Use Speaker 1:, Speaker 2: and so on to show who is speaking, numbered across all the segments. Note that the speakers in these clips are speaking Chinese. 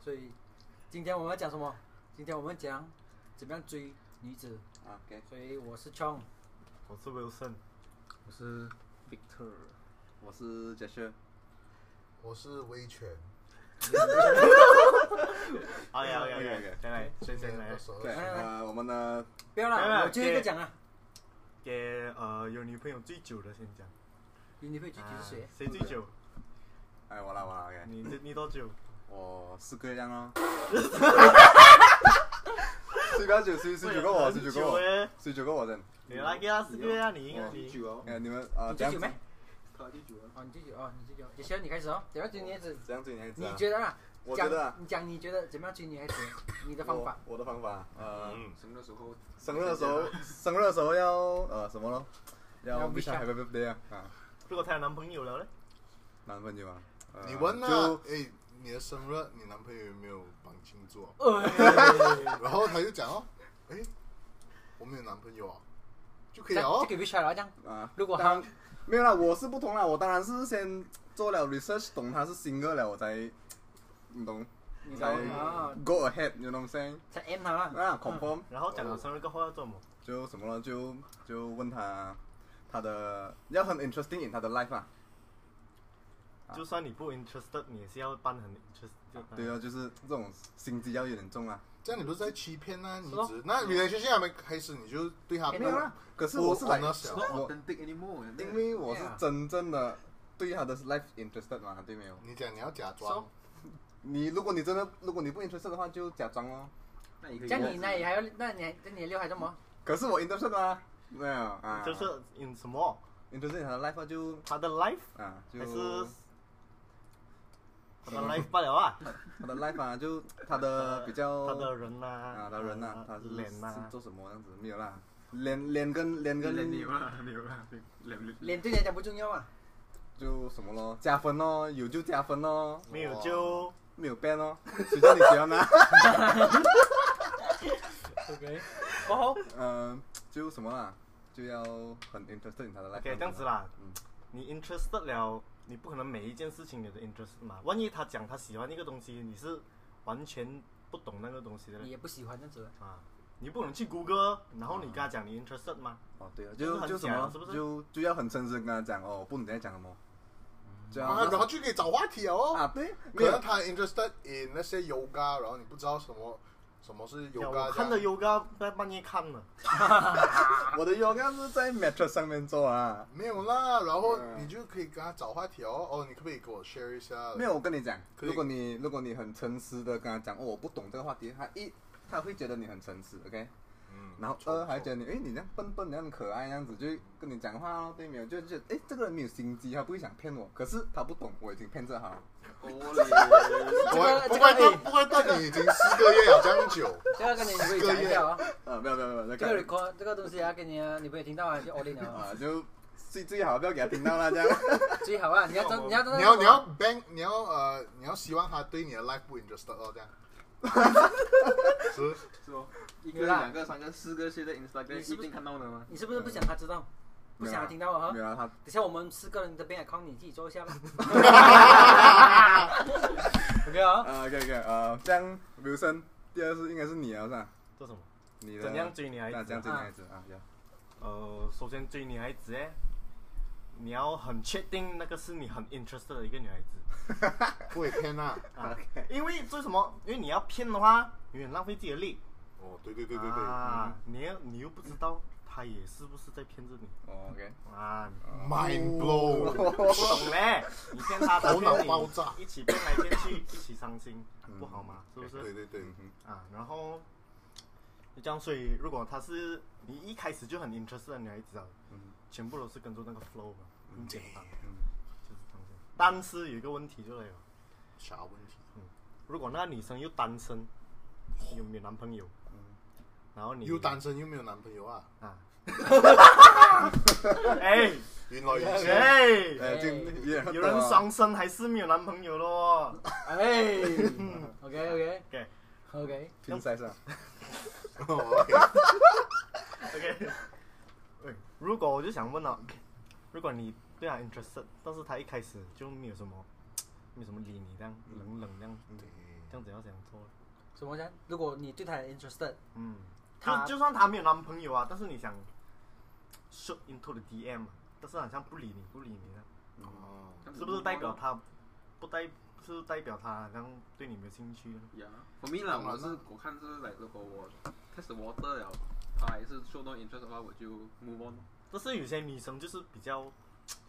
Speaker 1: 所以今天我们要讲什么？今天我们讲怎么样追女子。
Speaker 2: OK，
Speaker 1: 所以我是 Chong，
Speaker 3: 我是 Wilson，
Speaker 1: 我是 Victor。
Speaker 2: 我是 j a
Speaker 4: 我是威权，
Speaker 3: 哎呀呀
Speaker 2: OK，OK，OK
Speaker 3: 呀，先来，先
Speaker 4: 今
Speaker 3: 先
Speaker 4: 年
Speaker 3: 来
Speaker 4: 的，时候
Speaker 2: 对，呃，我们呢，
Speaker 1: 不要
Speaker 3: 没有没
Speaker 1: 啦，
Speaker 3: 有
Speaker 1: 我最后一个讲啊。
Speaker 3: 给呃有女朋友最久的先讲，
Speaker 1: 你女朋友具体是谁
Speaker 3: 啊？谁最久？
Speaker 2: 哎，我啦我啦，OK，
Speaker 3: 你你你多久？
Speaker 2: 我四个月这样咯。四个九，十十九个我，十九个我，
Speaker 3: 哎，
Speaker 2: 十九个我真。
Speaker 3: 你来给他四个月啊，你应该
Speaker 2: 我
Speaker 3: 你
Speaker 2: 哎，你们啊，
Speaker 1: 你
Speaker 2: 这
Speaker 1: 最
Speaker 2: 样
Speaker 1: 久
Speaker 2: 子
Speaker 1: 没？哦，你最久哦，你最久。也行，你开始哦。怎么样追女孩子？
Speaker 2: 这样追女孩子
Speaker 1: 你
Speaker 2: 啊？
Speaker 1: 觉得啊？
Speaker 2: 我
Speaker 1: 讲
Speaker 2: 觉得啊
Speaker 1: 你讲你觉得怎么样追女孩子？你的方法？
Speaker 2: 我，我的方法，呃，
Speaker 3: 嗯
Speaker 5: 生的时候
Speaker 2: 生日的时候，生日的时候要呃什么咯？
Speaker 1: 要
Speaker 2: 要
Speaker 1: wish
Speaker 2: wish
Speaker 1: her
Speaker 2: her happy birthday 啊，啊，
Speaker 3: 如果她有男朋友了嘞，
Speaker 2: 男朋友啊，呃
Speaker 4: 你问
Speaker 2: 就
Speaker 4: 啊，哎，你的生日，你男朋友有没有帮庆祝啊？
Speaker 1: 哎
Speaker 4: 然后他就讲哦， 哎，我没有男朋友啊，就可以
Speaker 1: 这
Speaker 4: 了
Speaker 1: 样哎就
Speaker 4: 哦。
Speaker 1: 给 Victor 了这样。
Speaker 2: 啊，
Speaker 1: 如果
Speaker 2: 当
Speaker 1: 他
Speaker 2: 没有啦，我是不同啦，我当然是先做了 research，懂他是 single 了，我才，你懂，
Speaker 1: 你
Speaker 2: 才
Speaker 1: 懂啊，
Speaker 2: go ahead，you know what I'm saying？
Speaker 1: 才 M 他啦。
Speaker 2: 啊，confirm
Speaker 3: 然后讲了生日过后要做什么？
Speaker 2: 就什么了，就就问他他的要很 interesting in 他的 life 啊，啊
Speaker 3: 就算你不 interested，你也是要扮很嗯 interested。
Speaker 2: 对啊，就是这种心机要有点重啊。
Speaker 4: 这样你都是在欺骗那女
Speaker 1: 是咯
Speaker 4: 子，那 relationship 还没开始你就对她
Speaker 1: 哎
Speaker 2: 没有啦，可是我是来
Speaker 4: 那小，
Speaker 2: 我
Speaker 5: authentic anymore，
Speaker 2: 因为我是真正的对他的 life interested 嘛，对没有？
Speaker 4: 你讲你要假
Speaker 1: So？
Speaker 4: 装，
Speaker 2: 你如果你真的如果你不 interested 的话，就假装哦。
Speaker 5: 那你可以
Speaker 1: 这样你那也还要，那你还那你的刘海这么？
Speaker 2: 可是我 interested 啊，没有啊，
Speaker 3: 就是 in 什么？
Speaker 2: interested in 他的 life 啊就
Speaker 3: 她的 life
Speaker 2: 啊就
Speaker 3: 还是她的 life 罢了 啊？
Speaker 2: 他的 life 啊就他的比较
Speaker 3: 她的人呐，
Speaker 2: 哦啊他的人呐，他是
Speaker 3: 脸啊
Speaker 2: 是
Speaker 3: 呐，
Speaker 2: 做什么样子没有啦，脸脸跟脸跟
Speaker 3: 啊
Speaker 5: 啦牛啦牛啦
Speaker 1: 脸对你来讲不重要啊。
Speaker 2: 就什么咯，加分咯，有就加分咯，
Speaker 3: 没有就
Speaker 2: 没有 ban 咯，谁叫你喜欢呢？
Speaker 1: OK。过后，
Speaker 2: 嗯，就什么啦，就要很 interested in 他的 life 啊。
Speaker 3: OK 这样子啦。
Speaker 2: 嗯，
Speaker 3: 你 interested 了，你不可能每一件事情你都 interested 嘛。万一他讲他喜欢一个东西，你是完全不懂那个东西的
Speaker 1: 你
Speaker 3: 嘞
Speaker 1: 也不喜欢这样子。
Speaker 3: 啊，你不能去谷歌，然后你跟他讲你 interested 吗？
Speaker 2: 哦，对了，
Speaker 3: 就是
Speaker 2: 就
Speaker 3: 很
Speaker 2: 就什么
Speaker 3: 假是不，是
Speaker 2: 就就要很诚实跟他讲哦，我不懂你在讲什么，
Speaker 3: 嗯
Speaker 2: 这样
Speaker 4: 然
Speaker 3: 啊
Speaker 4: 后然后就可以找话题了哦。
Speaker 2: 啊，对，没
Speaker 4: 可能
Speaker 2: 有，
Speaker 4: 他 interested in 那些 yoga，然后你不知道什么什么是
Speaker 3: 呀
Speaker 2: 啊
Speaker 4: yoga，
Speaker 3: 我看的
Speaker 4: 这样
Speaker 3: yoga 在半夜看了，
Speaker 2: 我的 yoga 是在 mattress 上面做啊，
Speaker 4: 没有啦，然后
Speaker 2: 嗯
Speaker 4: 你就可以跟他找话题哦。哦，你可不可以给我 share 一下？
Speaker 2: 没有，我跟你讲，
Speaker 4: 可以
Speaker 2: 如果你如果你很诚实的跟他讲哦，我不懂这个话题，他一他会觉得你很诚实，OK，
Speaker 4: 嗯，
Speaker 2: 然后
Speaker 4: 错
Speaker 2: 二还
Speaker 4: 错
Speaker 2: 觉得你诶，你这样笨笨，你这样可爱，这样子就跟你讲话咯，对没有？就就诶，这个人没有心机，他不会想骗我，可是他不懂，我已经骗着他了。
Speaker 4: 不
Speaker 5: 哦
Speaker 1: 这个
Speaker 4: 会不
Speaker 1: 这个
Speaker 4: 怪
Speaker 1: 可以
Speaker 4: 到不怪到你已经四个月了这 样久，
Speaker 1: 这个跟你女朋友讲一下啊，
Speaker 2: 啊，没有没有没有，那
Speaker 1: 这个
Speaker 2: 个
Speaker 1: record 这个东西啊，给你啊女朋友听到啊就 all in 了啊，
Speaker 2: 啊，就最最好不要给他听到啦，这样。
Speaker 1: 最好啊，你要真你要真的
Speaker 4: 你要你要 bank，你要呃，你要希望他对你的 life 不 interested 哦，这样。是，
Speaker 5: 是哦，一个两个三个四个，现在 Instagram 一定看到的吗？
Speaker 1: 你是不是不想他知道，不想他听到啊？
Speaker 2: 没
Speaker 1: 哈
Speaker 2: 有啊，他
Speaker 1: 等下我们四个人的 bank account 你自己做一下吧。OK 啊，
Speaker 2: 啊，OK OK，呃，这样 Wilson，第二是应该是你啊，是吧？
Speaker 3: 做什么？
Speaker 2: 你的
Speaker 3: 怎样追女孩
Speaker 2: 那
Speaker 3: 子
Speaker 2: 这样
Speaker 3: 啊？
Speaker 2: 追女孩子啊，呀，
Speaker 3: 呃，首先追女孩子哎，你要很确定那个是你很 interested 的一个女孩子
Speaker 4: 不会骗啊。
Speaker 3: 啊，因为为什么？因为你要骗的话，有点浪费自己的力。
Speaker 4: 哦，对对对对对，
Speaker 3: 啊，你又你又不知道他也是不是在骗着你
Speaker 2: 哦，OK，
Speaker 3: 啊？
Speaker 4: 嗯，mind
Speaker 1: Oh
Speaker 4: blow，
Speaker 3: 不懂嘞，你骗他，他
Speaker 4: 头脑
Speaker 3: 骗
Speaker 4: 爆
Speaker 3: 你，
Speaker 4: 炸
Speaker 3: 一起骗来骗去，一起伤心，不好吗？是不
Speaker 4: 对
Speaker 3: 是？
Speaker 4: 对对，
Speaker 2: 嗯哼，
Speaker 3: 啊，然后就这样，所以如果他是你一开始就很 interested 的女孩子啊，
Speaker 2: 嗯
Speaker 3: 全部都是跟着那个 flow 的，很简单，
Speaker 2: 嗯，
Speaker 3: 就是这样子。但是有一个问题就来了，
Speaker 4: 啥问题？
Speaker 3: 如果那个女生又单身，有没有男朋友？然后你
Speaker 4: 又单身又没有男朋友啊？
Speaker 3: 啊？ 哎
Speaker 4: 原来如此，
Speaker 3: 哎，
Speaker 2: 哎，这个有点啊
Speaker 3: 有人双生还是没有男朋友咯。
Speaker 1: 哎，OK OK
Speaker 3: OK
Speaker 1: OK，
Speaker 2: 啊拼赛上，
Speaker 4: 哦，OK
Speaker 3: OK，喂，如果我就想问了，如果你对他 interested，但是他一开始就没有什么，没有什么理你这样，冷冷这样，这样子要怎样做？
Speaker 1: 什么讲？如果你对他很 interested，
Speaker 3: 嗯，
Speaker 1: 他
Speaker 3: 就就算他没有男朋友啊，但是你想 shoot into the DM，啊但是好像不理你，不理你这样。
Speaker 4: 哦，
Speaker 5: 嗯
Speaker 3: 是不是代表他不代是不是代表他好像对你没有兴趣呢？啊
Speaker 5: 呀，for me 啦，我是我看是 like 如果我 test the water 了，他还是 show no interest 的话，我就 move on 咯。
Speaker 3: 但是有些女生就是比较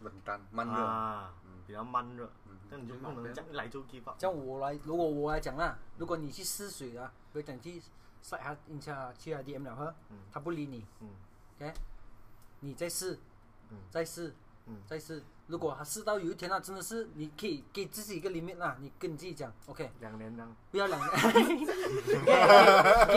Speaker 2: 冷淡慢热，
Speaker 3: 啊
Speaker 2: 嗯，
Speaker 3: 比较慢热，那你就不
Speaker 5: 慢热
Speaker 3: 能这样一来就 give up。
Speaker 1: 像我来，如果我来讲啦，如果你去试水啊，比如讲去晒他 i 下去他 DM 了呵，
Speaker 3: 嗯
Speaker 1: 他不理你
Speaker 3: 嗯
Speaker 1: ，OK，你再试，
Speaker 3: 嗯
Speaker 1: 再试，
Speaker 3: 嗯
Speaker 1: 再试。如果他试到有一天啊，真的是你可以给自己一个 limit 啦，你跟你自己讲，OK，
Speaker 3: 两年这样，
Speaker 1: 不要两 年，给给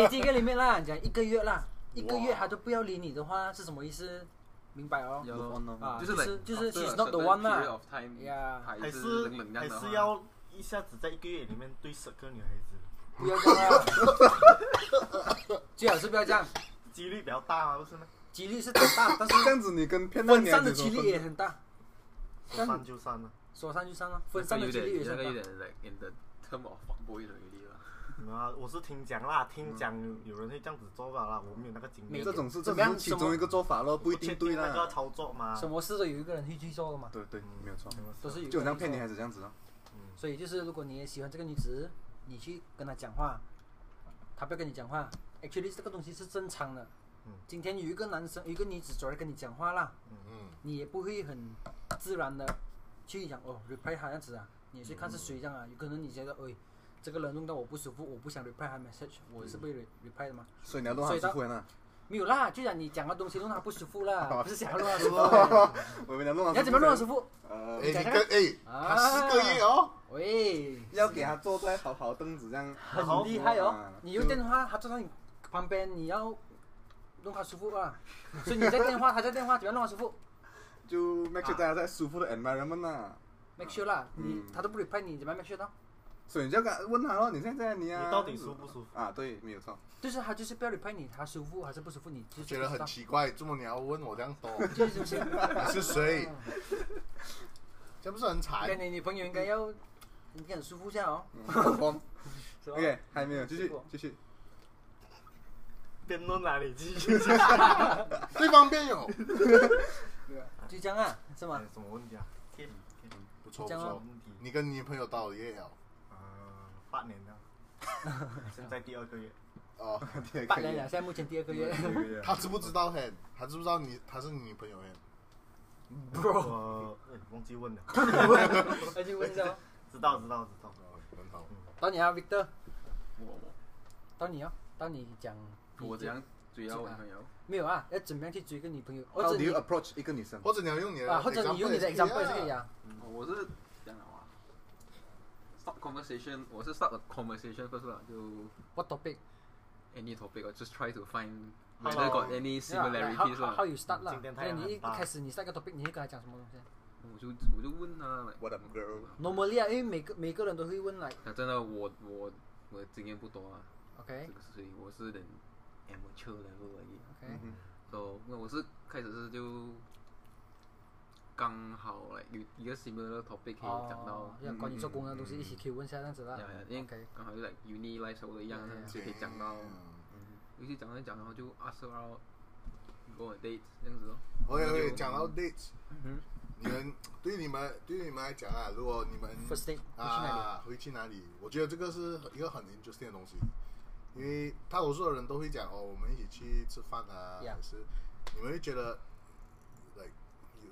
Speaker 1: 自己一个 limit 啦，你讲一个月啦，一个月他都不要理你的话是什么意思？明白哦。
Speaker 5: 有
Speaker 2: move on 咯
Speaker 1: 啊
Speaker 5: 就是
Speaker 1: 就是就是 she's
Speaker 5: after a
Speaker 1: not the
Speaker 5: certain
Speaker 1: one 啦
Speaker 5: period of time，
Speaker 1: 呀
Speaker 5: 还
Speaker 3: 还
Speaker 5: 是
Speaker 3: 是
Speaker 5: 冷冷
Speaker 3: 还
Speaker 5: 淡的
Speaker 3: 是
Speaker 5: 话，
Speaker 3: 要一下子在一个月里面对十个女孩子，
Speaker 1: 不要这样啊， 最好是不要这样，
Speaker 3: 几率比较大嘛，不是吗？
Speaker 1: 几率是很大， 但
Speaker 2: 这
Speaker 1: 是
Speaker 2: 样子你跟骗到
Speaker 1: 分
Speaker 2: 你
Speaker 1: 散的几率也很大，
Speaker 3: 说散就散了，
Speaker 1: 说散就散了，
Speaker 5: 那
Speaker 1: 分
Speaker 5: 个
Speaker 1: 散的
Speaker 5: 有
Speaker 1: 几
Speaker 5: 点
Speaker 1: 率也是
Speaker 5: 那个有
Speaker 1: 很大。
Speaker 5: 点 like in the term of fuckboy 的 有点啦。
Speaker 3: 啊，我是听讲啦，听讲有人会这样子做到啦，我没有那个经
Speaker 1: 每
Speaker 3: 验
Speaker 2: 这，种是
Speaker 1: 怎
Speaker 2: 这
Speaker 1: 么样
Speaker 2: 种是其中一个做法咯，不一定对
Speaker 3: 我不确定那啊个
Speaker 2: 啦。
Speaker 3: 操作
Speaker 5: 啊
Speaker 3: 嘛，
Speaker 1: 什么事都有一个人去去做的嘛，
Speaker 2: 对对，没有错，
Speaker 1: 都是有一个人去做。
Speaker 2: 就好像
Speaker 5: 啊
Speaker 2: 骗女孩子这样子哦。
Speaker 1: 所以就是，如果你也喜欢这个女子，你去跟她讲话，她不要跟你讲话，actually 这个东西是正常的。
Speaker 3: 嗯
Speaker 1: 今天有一个男生，有一个女子走来跟你讲话啦，
Speaker 4: 嗯，
Speaker 1: 你也不会很自然的去讲哦 reply 她这样子啊，你去看是谁这样啊，有可能你觉得，哎，这个人弄到我不舒服，我不想 reply 她 message，我是被 re- reply 的嘛。
Speaker 2: 所以你要弄好
Speaker 1: 所以
Speaker 2: 是
Speaker 1: 他
Speaker 2: 会呢，
Speaker 1: 没有啦，就讲你讲的东西弄她不舒服啦，不是想要弄她舒服，
Speaker 2: 我们要弄好
Speaker 1: 你要怎么弄她舒服？
Speaker 2: 呃
Speaker 4: 哎，，你跟哎，
Speaker 1: 啊
Speaker 4: 他四个月哦，
Speaker 1: 喂，
Speaker 2: 要给他坐在好好凳子这样。
Speaker 1: 很厉害哦
Speaker 2: 啊！
Speaker 1: 你用电话，他坐在你旁边，你要弄他舒服啊。所以你在电话，他在电话，怎么样弄他舒服
Speaker 2: 就 make sure 大家在舒服的 environment 啊。
Speaker 1: ？Make sure 啦，你
Speaker 2: 嗯
Speaker 1: 他都不 reply 你，怎么样 make sure 到？
Speaker 2: 所以你就跟他问他咯，你现在你啊，
Speaker 3: 你到底舒不舒服？
Speaker 2: 啊？对，没有错。
Speaker 1: 就是他就是不要 reply 你，他舒服还是不舒服，你就
Speaker 4: 我
Speaker 1: 是
Speaker 4: 觉得
Speaker 1: 不知
Speaker 4: 很
Speaker 1: 道
Speaker 4: 奇怪，这么你要问我这样多，
Speaker 1: 就是这些。
Speaker 4: 你是谁？这样不是很惨？
Speaker 1: 跟你女朋友应该要应该很舒服一下哦，
Speaker 2: 嗯
Speaker 1: 是吧
Speaker 2: OK，还没有，继
Speaker 1: 舒
Speaker 2: 续
Speaker 1: 服
Speaker 2: 继续。
Speaker 3: 辩论哪里继续？
Speaker 4: 对方辩 友，
Speaker 1: 就这样啊，是吗
Speaker 3: 有？什么问题啊？天理，天理
Speaker 4: 不错不
Speaker 1: 这样
Speaker 3: 什么
Speaker 1: 哦
Speaker 4: 错。
Speaker 3: 问题？
Speaker 4: 你跟女朋友到底了？
Speaker 3: 啊，八年了，现在第二个月，
Speaker 4: 哦，
Speaker 2: 第二
Speaker 1: 八
Speaker 2: 个
Speaker 1: 年了，
Speaker 2: 月，
Speaker 1: 现在目前第二个
Speaker 2: 第
Speaker 1: 月
Speaker 2: 二个 月
Speaker 4: 他知不知道 hen？他知不知道你他是你女朋友 hen？
Speaker 1: ，bro，
Speaker 3: 我哎忘记问了，
Speaker 1: 那就问一下哦。
Speaker 3: 知道知道知道，
Speaker 4: 哦，很好。
Speaker 1: 到你啊，Victor，
Speaker 5: 我我
Speaker 1: 到你哦，到你讲。
Speaker 5: 我怎样追到
Speaker 1: 是
Speaker 5: 我
Speaker 1: 吧
Speaker 5: 朋友？
Speaker 1: 没有啊？要怎么样去追一个女朋友？或
Speaker 2: How
Speaker 1: 者
Speaker 2: do
Speaker 1: 你
Speaker 2: you approach 一个女生？
Speaker 4: 或者你要用你的
Speaker 1: 啊，或者你用你的 example 也是可以
Speaker 4: 啊。
Speaker 1: 啊。
Speaker 5: 哦我是这样的啊，start conversation，我是 start a conversation first 啦，就
Speaker 1: What topic？
Speaker 5: any topic，我 just try to find
Speaker 3: Hello
Speaker 5: whether got any
Speaker 1: how,
Speaker 5: similarities
Speaker 1: how,
Speaker 5: 啦
Speaker 1: how。you start 啦
Speaker 3: 今天？太
Speaker 1: 那
Speaker 3: 阳
Speaker 1: 你一
Speaker 3: 很大
Speaker 1: 开始你 start 个 topic，你会跟他讲什么东西
Speaker 5: 我就我就问他，like
Speaker 2: What up, girl？
Speaker 1: ？Normally 啊，因为每个每个人都会问 like
Speaker 5: 讲真的，我我我的经验不多啊，这
Speaker 1: OK
Speaker 5: 个所以我是很 amateur level 而已。
Speaker 1: OK，
Speaker 2: 嗯
Speaker 5: 哦，那我是开始是就刚好来有一个 similar topic 可以讲到
Speaker 1: 哦，，要关于做工的东西一起可以问一下这样子啦
Speaker 5: 呀呀，。因为
Speaker 1: OK，
Speaker 5: 刚好就 like uni life 的一样啊
Speaker 1: Yeah, yeah.，
Speaker 5: 就可以讲到，
Speaker 4: 嗯
Speaker 5: 尤其讲一讲，然后就 ask out go on a date 这样子咯。
Speaker 4: OK
Speaker 5: 然后就
Speaker 4: OK，讲到 dates，
Speaker 1: 嗯
Speaker 4: 你们对你们对你们来讲啊，如果你们
Speaker 1: ，First date 会去哪里？
Speaker 4: 啊，回去哪里？我觉得这个是一个很 interesting 的东西，因为大多数的人都会讲哦，我们一起去吃饭啊
Speaker 1: Yeah.
Speaker 4: 还是你们会觉得，like 有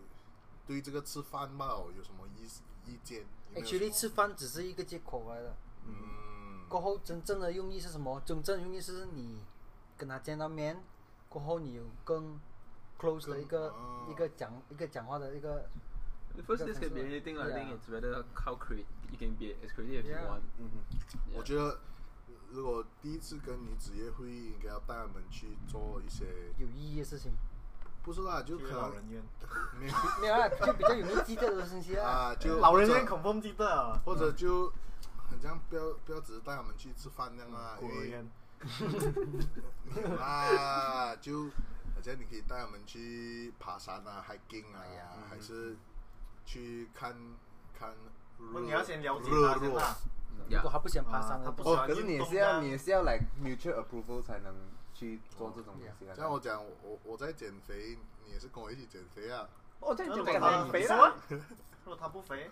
Speaker 4: 对这个吃饭吧有什么意意见有没有什
Speaker 1: Actually，
Speaker 4: 么
Speaker 1: 吃饭只是一个借口来的。
Speaker 4: 嗯
Speaker 1: 过后真正的用意是什么？真正的用意是你跟他见到面过后，你有更 close 的一个
Speaker 4: 更哦
Speaker 1: 一个讲一个讲话的一个
Speaker 5: The first date can be anything lah. I think
Speaker 1: Yeah.
Speaker 5: it's whether how creative you can be as creative as you
Speaker 1: Yeah.
Speaker 5: want.
Speaker 2: 嗯哼，
Speaker 4: 我觉得如果第一次跟女子约会，应该要带他们去做一些
Speaker 1: 有意义的事情。
Speaker 4: 不是啦，就
Speaker 3: 去
Speaker 4: 可
Speaker 3: 老
Speaker 4: 能
Speaker 3: 人院，
Speaker 4: 没
Speaker 1: 没有啊，就比较有意义的东西
Speaker 4: 有
Speaker 1: 啊。
Speaker 4: 啊，就
Speaker 3: 老人
Speaker 4: 或者
Speaker 3: 院恐风记得啊，
Speaker 4: 或者就很像不要不要只是带他们
Speaker 3: 嗯
Speaker 4: 去吃饭那样啊，
Speaker 3: 孤儿
Speaker 4: 因为
Speaker 3: 院，
Speaker 4: 啊，就好这样你可以带他们去爬山啊、hiking
Speaker 3: 哎
Speaker 4: 啊，
Speaker 3: 嗯
Speaker 4: 还是去看看
Speaker 3: 不
Speaker 4: 日
Speaker 3: 哦你要先了解
Speaker 4: 日
Speaker 3: 他先
Speaker 4: 落。
Speaker 1: 如果
Speaker 3: 啦。
Speaker 5: Yeah，
Speaker 1: 他不想爬
Speaker 3: 啊
Speaker 1: 山，
Speaker 3: 他
Speaker 1: 我
Speaker 3: 不
Speaker 1: 不
Speaker 3: 喜
Speaker 2: 哦，
Speaker 3: 欢
Speaker 2: 可是你也是
Speaker 3: 运动
Speaker 2: 要
Speaker 3: 的
Speaker 2: 你也是要 like mutual approval 才能去做这种东西啊。
Speaker 4: 像我讲，我我在减肥，你也是跟我一起减肥啊，
Speaker 2: 哦，这样
Speaker 3: 如
Speaker 2: 就
Speaker 3: 果
Speaker 2: 讲
Speaker 3: 他
Speaker 2: 很肥
Speaker 3: 什
Speaker 2: 啦
Speaker 3: 么，？如果他不肥，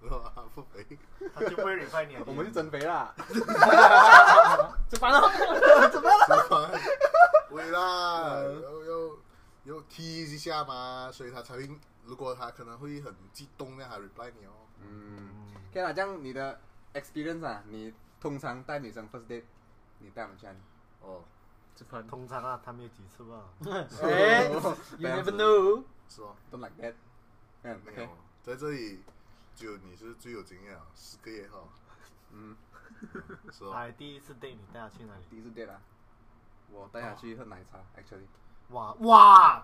Speaker 4: 是吧？不肥，
Speaker 3: 他就不会 r e f i 你。
Speaker 2: 我们就增肥啦。
Speaker 1: 吃饭了。
Speaker 4: 会啦，
Speaker 3: 嗯
Speaker 4: 要要要 tease 一下嘛，所以他才会。如果他可能会很激动，那样他 reply 你哦。
Speaker 2: 嗯，天啊，这样你的 experience 啊，你通常带女生 first date，你带我们去哪里？
Speaker 4: 哦，
Speaker 5: 吃饭。
Speaker 3: 通常啊，他没有几次吧。
Speaker 1: 哎，You never know。
Speaker 4: 是哦，
Speaker 2: Don't like that。嗯
Speaker 4: 没有啊
Speaker 2: ，OK，，
Speaker 4: 在这里只有你是最有经验啊，四个月哈，
Speaker 2: 嗯，
Speaker 4: 是哦。
Speaker 3: 哎，第一次 date 你带他去哪里？
Speaker 2: 第一次 date 啊，我带她去喝奶茶，actually。
Speaker 3: 哇哇，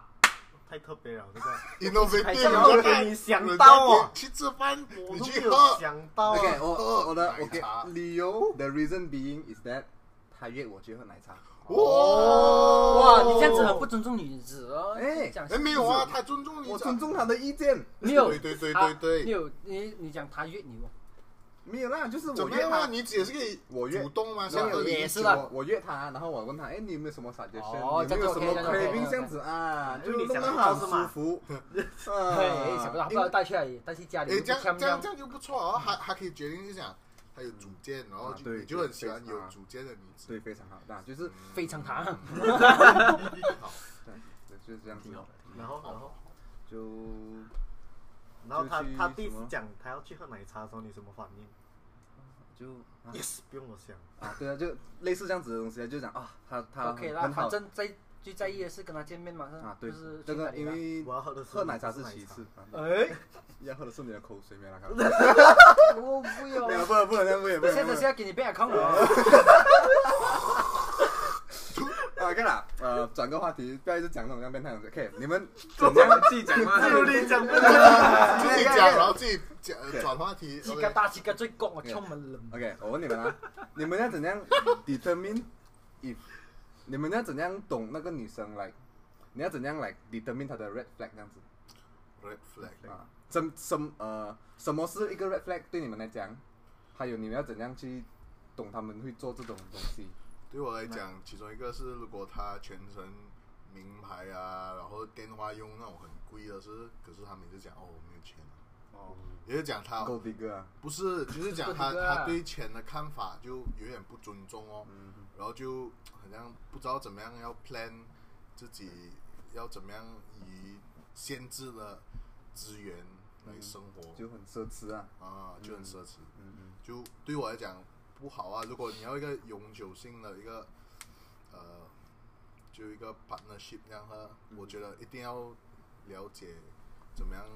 Speaker 3: 太特别了，这个
Speaker 4: innovative，
Speaker 3: 还真有给你想到哦
Speaker 4: 人家去吃饭，
Speaker 3: 我
Speaker 4: 你
Speaker 3: 都
Speaker 4: 去
Speaker 3: 没有
Speaker 4: 喝。
Speaker 3: 想到。
Speaker 2: OK，我
Speaker 4: 喝
Speaker 2: 我的
Speaker 4: 奶
Speaker 2: OK
Speaker 4: 茶
Speaker 2: 理由，the reason being is that 她约我去喝奶茶。
Speaker 1: 哦哇，
Speaker 4: 哇
Speaker 1: 你这样子很不尊重女子哦。
Speaker 2: 哎
Speaker 1: 讲
Speaker 4: 哎，没有啊，他尊重你，
Speaker 2: 我尊重她的意见，
Speaker 1: 没有，
Speaker 4: 对对对
Speaker 1: 啊
Speaker 4: 对对啊
Speaker 1: 没有，你你讲他约你哦，
Speaker 2: 没有啦，就是
Speaker 4: 怎
Speaker 2: 我
Speaker 4: 么
Speaker 2: 约
Speaker 4: 样啊？
Speaker 2: 她，
Speaker 4: 你也是可以
Speaker 2: 我约
Speaker 4: 主动嘛，
Speaker 2: 然
Speaker 4: 像
Speaker 2: 后
Speaker 4: 这
Speaker 1: 没有
Speaker 4: 里
Speaker 1: 也是啦
Speaker 2: 我我约她，然后我问她，哎，你有没有什么 suggestion？
Speaker 1: 哦
Speaker 2: 你有没有
Speaker 1: 这
Speaker 2: 什
Speaker 1: 样就
Speaker 2: 么
Speaker 1: OK，这样就 OK，
Speaker 2: craving
Speaker 1: 这
Speaker 2: 这
Speaker 1: 样
Speaker 2: 样
Speaker 1: 就
Speaker 2: 子啊？
Speaker 3: 因
Speaker 2: 就
Speaker 3: 为你
Speaker 2: 弄
Speaker 3: 想
Speaker 2: 得
Speaker 3: 要
Speaker 2: 好
Speaker 3: 是
Speaker 2: 舒
Speaker 3: 吗
Speaker 2: 服。
Speaker 1: 哎，想不到，他
Speaker 2: 啊
Speaker 1: 不要带去而已，带去家里
Speaker 4: 哎，
Speaker 1: 又不
Speaker 4: 这样
Speaker 1: 呛
Speaker 4: 这样
Speaker 1: 呛
Speaker 4: 这。样就不错啊，还还可以决定就讲他有主见，然后
Speaker 2: 啊
Speaker 4: 就
Speaker 2: 对
Speaker 4: 你就很喜欢
Speaker 2: 对
Speaker 4: 有
Speaker 2: 啊
Speaker 4: 主见的女子。
Speaker 2: 对，非常好，那就是
Speaker 1: 非常糖，
Speaker 2: 就是这样子
Speaker 5: 挺，好的。
Speaker 3: 然后然后
Speaker 2: 就
Speaker 3: 然后他
Speaker 2: 就去
Speaker 3: 他第一
Speaker 2: 什
Speaker 3: 次
Speaker 2: 么
Speaker 3: 讲他要去喝奶茶的时候，你什么反应
Speaker 2: 就啊
Speaker 3: ？Yes，不用我想。
Speaker 2: 啊，对啊，就类似这样子的东西啊，就讲啊，他他
Speaker 1: OK 啦，
Speaker 2: 很
Speaker 1: 反
Speaker 2: 好
Speaker 1: 正在最在意的是跟他见面嘛，是吧
Speaker 2: 啊，对
Speaker 1: 就是，
Speaker 2: 这个因为
Speaker 3: 我要喝的是
Speaker 2: 喝奶茶
Speaker 3: 不
Speaker 2: 是
Speaker 3: 是奶
Speaker 2: 其次啊，
Speaker 1: 哎，
Speaker 2: 要喝的是你的口水，没有啦，开玩笑
Speaker 1: 我不要
Speaker 2: 没，有，不能不能这样，不能不能
Speaker 1: 现
Speaker 2: 不
Speaker 1: 在
Speaker 2: 能
Speaker 1: 是。要给你变 account
Speaker 4: 啊
Speaker 1: 了。哦
Speaker 2: OK 啦，呃，转个话题，不要一直讲这种像变态的东西。OK，你们
Speaker 5: 怎么自己讲话？
Speaker 3: 自由你讲不
Speaker 4: 自己讲，然后自己讲转话题。
Speaker 1: 几个
Speaker 4: OK，
Speaker 1: 大几个最高，我敲门了。
Speaker 2: OK，我问你们啊，你们要怎样 determine if 你们要怎样懂那个女生来？你要怎样来 determine 她的 red flag 这样子
Speaker 4: red flag。
Speaker 2: 啊？什什呃，什么是一个 red flag 对你们来讲？还有你们要怎样去懂他们会做这种东西？
Speaker 4: 对我来讲，其中一个是如果他全程名牌啊，然后电话用那种很贵的是，可是他每次讲哦我没有钱、啊，
Speaker 1: 哦，
Speaker 4: 也就是讲他
Speaker 2: 够的哥啊，
Speaker 4: 不是，就是讲他
Speaker 1: 这个啊
Speaker 4: 他对钱的看法就有点不尊重哦，然后就好像不知道怎么样要 plan 自己要怎么样以限制的资源来生活、
Speaker 2: 就很奢侈啊。
Speaker 4: 啊，就很奢侈。
Speaker 2: 嗯嗯，
Speaker 4: 就对我来讲不好啊。如果你要一个永久性的一个呃，就一个 partnership 这样哈，
Speaker 2: 嗯
Speaker 4: 我觉得一定要了解怎么样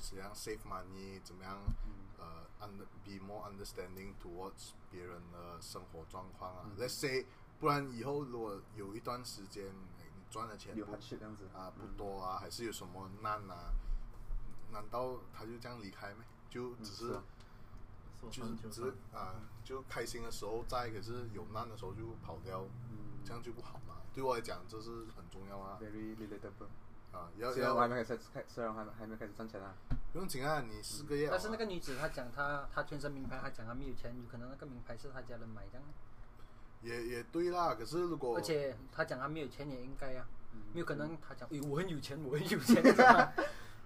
Speaker 4: 怎样 save money，怎么样
Speaker 2: 嗯
Speaker 4: 呃 under be more understanding towards 别人的生活状况
Speaker 2: 嗯
Speaker 4: 啊。Let's say，不然以后如果有一段时间哎你赚的钱
Speaker 2: 有嗯
Speaker 4: 不
Speaker 2: hardship 这样子
Speaker 4: 啊不多啊，还是有什么难啊？难道他就这样离开吗？就只是、
Speaker 2: 是啊
Speaker 4: 就
Speaker 3: 嗯就是是就
Speaker 4: 只
Speaker 3: 是是
Speaker 4: 啊、就开心的时候在，可是有难的时候就跑掉，这样就不好嘛。对我来讲，这是很重要啊
Speaker 2: ，very relatable。
Speaker 4: 啊！要
Speaker 2: 虽然我还
Speaker 4: 要
Speaker 2: 没开始开，虽然我还没还没开始赚钱啊，
Speaker 4: 不用紧啊，你四个月啊，
Speaker 1: 但是那个女子她讲她她全身名牌，她讲她没有钱，有可能那个名牌是她家人买的，
Speaker 4: 也也对啦。可是如果
Speaker 1: 而且她讲她没有钱也应该啊，没有可能她讲哦诶我很有钱，我很有钱， 是吧哦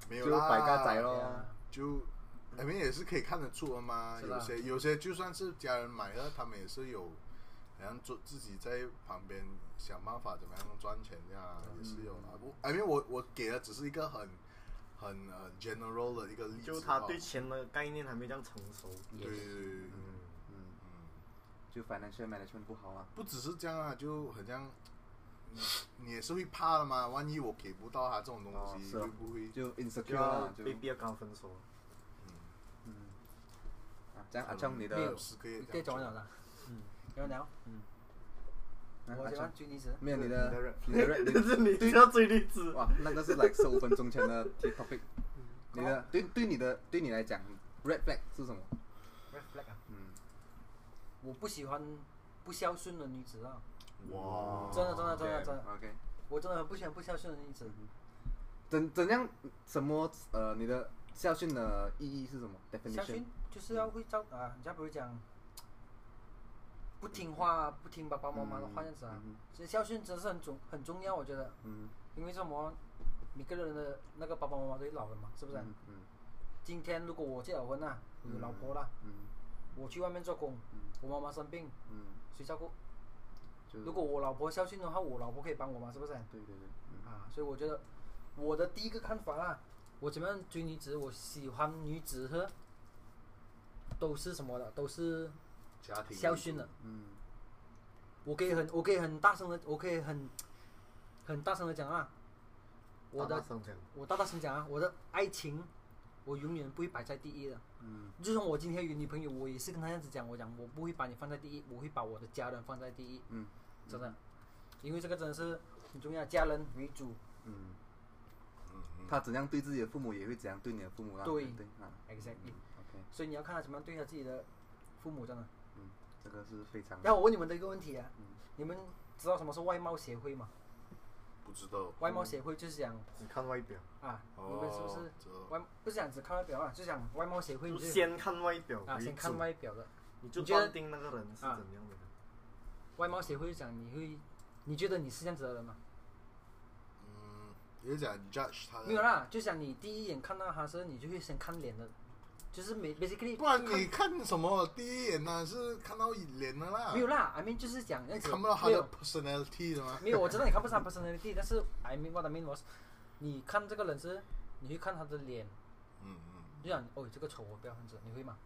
Speaker 4: 没有
Speaker 2: 就
Speaker 4: 啦，
Speaker 2: 百家仔咯
Speaker 1: 呀。
Speaker 4: 就。I mean 也是可以看得出的嘛，
Speaker 1: 是啦
Speaker 4: 有些有些就算是家人买了，他们也是有，好像做自己在旁边想办法怎么样赚钱呀、也是有啦。我 I mean 我我给的只是一个很很呃 general 的一个例子，
Speaker 3: 就他
Speaker 4: 哦
Speaker 3: 对钱的概念还没这样成熟。
Speaker 4: 对对对对对
Speaker 2: 嗯，就 financial management 不好啊。
Speaker 4: 不只是这样啊，就很像你你也是会怕的嘛，万一我给不到他这种东
Speaker 2: 哦
Speaker 4: 西，
Speaker 2: 是啊
Speaker 4: 会不会？嗯
Speaker 2: 就啊 insecure
Speaker 3: 就要
Speaker 2: 啦，就嗯
Speaker 3: 被逼要跟他分手。
Speaker 2: 啊，这样阿聪你
Speaker 4: 没
Speaker 2: 的
Speaker 4: 有四个月
Speaker 1: 你
Speaker 4: 这
Speaker 1: 再
Speaker 4: 样
Speaker 1: 讲
Speaker 4: 做
Speaker 1: 完了啦，嗯，聊聊，嗯，
Speaker 2: 啊
Speaker 1: 我
Speaker 2: 阿
Speaker 1: 喜
Speaker 2: 聪
Speaker 1: 欢追女子，
Speaker 2: 没有你
Speaker 3: 你的
Speaker 2: 的
Speaker 3: rap
Speaker 2: 你的 rap-
Speaker 3: 这是你
Speaker 2: 对
Speaker 3: 要追例子。
Speaker 2: 哇，那个是 like 十五分钟前 的 t topic，你的对对你的对你来讲 red flag 是什么？
Speaker 1: Red flag 啊
Speaker 2: 嗯，
Speaker 1: 我不喜欢不孝顺的女子啊，
Speaker 4: 哇，
Speaker 1: 真的真的真的
Speaker 2: OK，
Speaker 1: 真的，
Speaker 2: OK，
Speaker 1: 我真的很不喜欢不孝顺的例子。
Speaker 2: 怎怎样什么呃你的校训的意义是什么
Speaker 1: 孝
Speaker 2: ？definition
Speaker 1: 顺就是要会照啊，人家不是讲不听话、不听爸爸妈妈的话这样子啊。其实孝顺真是很重很重要，我觉得。
Speaker 2: 嗯。
Speaker 1: 因为什么？每个人的那个爸爸妈妈都会老了嘛，是不是啊？
Speaker 2: 嗯嗯
Speaker 1: 今天如果我结了婚啦，我有老婆啦，
Speaker 2: 嗯
Speaker 1: 我去外面做工，我妈妈生病，
Speaker 2: 嗯，
Speaker 1: 谁照顾？
Speaker 5: 就
Speaker 1: 如果我老婆孝顺的话，我老婆可以帮我嘛，是不是？
Speaker 2: 对对对，
Speaker 1: 啊，所以我觉得我的第一个看法啦，我怎么样追女子，我喜欢女子呵，都是什么的，都是
Speaker 4: 家庭
Speaker 1: 孝顺的。
Speaker 2: 嗯
Speaker 1: 我可以很，我可以很大声的，我可以很很大声的讲啊，我
Speaker 3: 大
Speaker 1: 的
Speaker 3: 大声讲，
Speaker 1: 我大大声讲啊，我的爱情，我永远不会摆在第一的。
Speaker 2: 嗯
Speaker 1: 就算我今天有女朋友，我也是跟她这样子讲，我讲我不会把你放在第一，我会把我的家人放在第一，
Speaker 2: 嗯
Speaker 1: 真的，因为这个真的是很重要，家人为主。
Speaker 2: 嗯，
Speaker 4: 嗯嗯，
Speaker 2: 他怎样对自己的父母，也会怎样对你的父母啦。
Speaker 1: 对
Speaker 2: 对啊
Speaker 1: Exactly，
Speaker 2: ，OK，
Speaker 1: 所以你要看他怎么样对待自己的父母，真的。
Speaker 2: 嗯，这个是非常
Speaker 1: 然后我问你们的一个问题啊，你们知道什么是外貌协会吗？
Speaker 4: 嗯不知道
Speaker 2: 嗯
Speaker 1: 外貌协会就是讲
Speaker 3: 只看外表，
Speaker 1: 啊，你们是不
Speaker 4: 哦
Speaker 1: 是，
Speaker 4: 知道
Speaker 1: 外不是讲只看外表啊，就讲外貌协会
Speaker 3: 就
Speaker 1: 你就
Speaker 3: 先看外表
Speaker 1: 啊，
Speaker 3: 为
Speaker 1: 先
Speaker 3: 主
Speaker 1: 看，外表的。
Speaker 3: 你就
Speaker 1: 你觉得
Speaker 3: 断定那个人是怎
Speaker 1: 啊
Speaker 3: 样的人。
Speaker 1: 外貌协会就讲你会，你觉得你是这样子的人吗？
Speaker 4: 嗯，也是讲 judge 他的，
Speaker 1: 没有啦，就想你第一眼看到他时，你就会先看脸的，就是每 basically
Speaker 4: 不然你看什么？第一眼呢是看到脸的啦，
Speaker 1: 没有啦，I mean 就是讲那
Speaker 4: 你
Speaker 1: 种
Speaker 4: 看不到他
Speaker 1: 没
Speaker 4: 的
Speaker 1: 有
Speaker 4: personality 的吗？
Speaker 1: 没有，我知道你看不上 personality，但是 I mean what I mean was，你看这个人是，你会看他的脸，
Speaker 4: 嗯嗯，
Speaker 1: 就想哦这个丑我不要这样子，你会吗？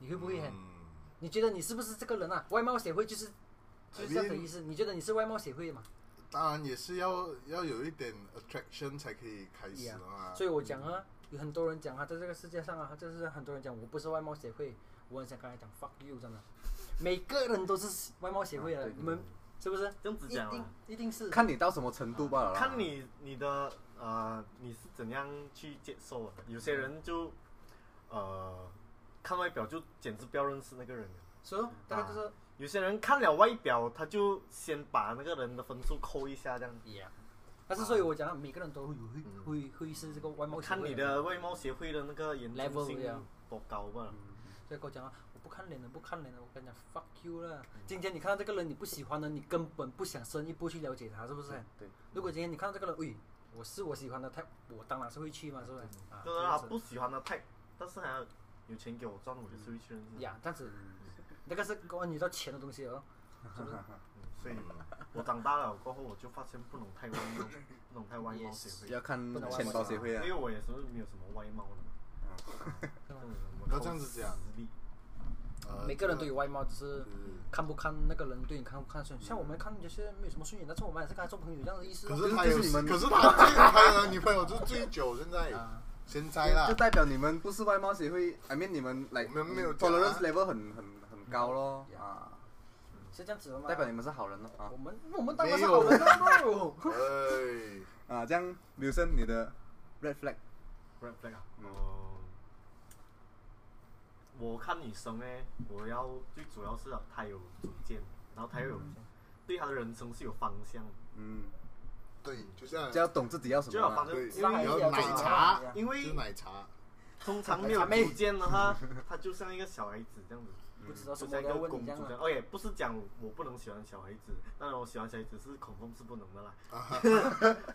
Speaker 1: 你会不会很？
Speaker 4: 嗯
Speaker 1: 你觉得你是不是这个人啊？外貌协会就是就是这样的意思，你觉得你是外貌协会的嘛？
Speaker 4: 当然也是要要有一点 attraction 才可以开始的嘛。
Speaker 1: 所以我讲啊，有很多人讲啊，在这个世界上啊，就是很多人讲我不是外貌协会，我很想跟他讲 fuck you，真的，每个人都是外貌协会
Speaker 2: 啊
Speaker 1: 的，
Speaker 2: 对
Speaker 1: 你们是不是？
Speaker 3: 这样子
Speaker 1: 一
Speaker 3: 讲
Speaker 1: 定
Speaker 3: 啊，
Speaker 1: 一定是
Speaker 2: 看你到什么程度罢了啦。
Speaker 3: 看你你的呃你是怎样去接受的。有些人就呃看外表就简直不要认识那个人了。
Speaker 1: 说，大概就是
Speaker 3: 有些人看了外表，他就先把那个人的分数扣一下，这样。
Speaker 1: 一样。但是所以我讲，啊每个人都会有会
Speaker 3: 嗯
Speaker 1: 会会是这个外貌协
Speaker 3: 看
Speaker 1: 会
Speaker 3: 你的外貌协会的那个严重
Speaker 1: Level 呀
Speaker 3: 性多高吧。
Speaker 1: 所以跟我讲啊，我不看脸的，不看脸的，我跟你讲 fuck you 啦。今天你看到这个人你不喜欢的，你根本不想深一步去了解他，是不是？
Speaker 2: 对，
Speaker 1: 如果今天你看到这个人，喂，我是我喜欢的，他我当然是会去嘛，是不是？
Speaker 2: 嗯
Speaker 1: 啊，
Speaker 3: 就是
Speaker 1: 这
Speaker 3: 他
Speaker 1: 样子
Speaker 3: 不喜欢的 type，但是还要有钱给我赚，我就出去认识。
Speaker 1: 呀，但是那个是关于到钱的东西哦。
Speaker 3: 嗯所以，我长大了过后，我就发现不能太外貌，不能太外貌协会
Speaker 2: 要，看
Speaker 1: 不能外貌
Speaker 2: 钱包协会啊
Speaker 3: 因为。我也是没有什么外貌的嘛。
Speaker 4: 不要这样子讲
Speaker 3: 实力，
Speaker 4: 呃
Speaker 1: 每个人都有外貌，只
Speaker 4: 这
Speaker 1: 是
Speaker 4: 个对
Speaker 1: 看不看那个人对你看不看顺眼。像我们看就是没有什么顺眼，但是我们还是跟他做朋友这样的意思
Speaker 4: 嗯可
Speaker 1: 哦。
Speaker 4: 是他
Speaker 2: 就是就
Speaker 4: 有，
Speaker 2: 是你们
Speaker 4: 可是他这个他的女朋友就是最久，现在
Speaker 1: 啊，
Speaker 4: 现在啦
Speaker 2: 就，代表你们不是外貌协会，I mean 你们 like
Speaker 4: 我们没有讲啊
Speaker 2: tolerance level 很很很高咯啊，
Speaker 1: 是这样子的吗？
Speaker 2: 代表你们是好人咯啊
Speaker 1: 我们我们当然是好人啦，bro。
Speaker 4: 哎，
Speaker 2: 啊，这样 Wilson 你的 red flag，
Speaker 3: red flag 啊。哦。我看女生呢，我要最主要是她有主见，然后她又有对她的人生是有方向的。
Speaker 2: 嗯，
Speaker 4: 对，就像
Speaker 2: 就要懂自己要什么啊
Speaker 3: 就要
Speaker 2: 啦
Speaker 3: 反，正
Speaker 4: 对，
Speaker 3: 因为
Speaker 4: 你要奶
Speaker 1: 因
Speaker 4: 茶
Speaker 1: 为，
Speaker 3: 因
Speaker 4: 就
Speaker 3: 为
Speaker 4: 奶茶，
Speaker 3: 通常没有主见 的话，他就像一个小孩子这样子。
Speaker 1: 不知道什
Speaker 3: 就
Speaker 1: 么
Speaker 3: 像一
Speaker 1: 都要
Speaker 3: 个
Speaker 1: 问
Speaker 3: 公
Speaker 1: 你
Speaker 3: 主
Speaker 1: 这
Speaker 3: 这
Speaker 1: 样
Speaker 3: 样，
Speaker 1: 啊。
Speaker 3: 哦也不是讲我不能喜欢小孩子，当然我喜欢小孩子是恐风是不能的啦。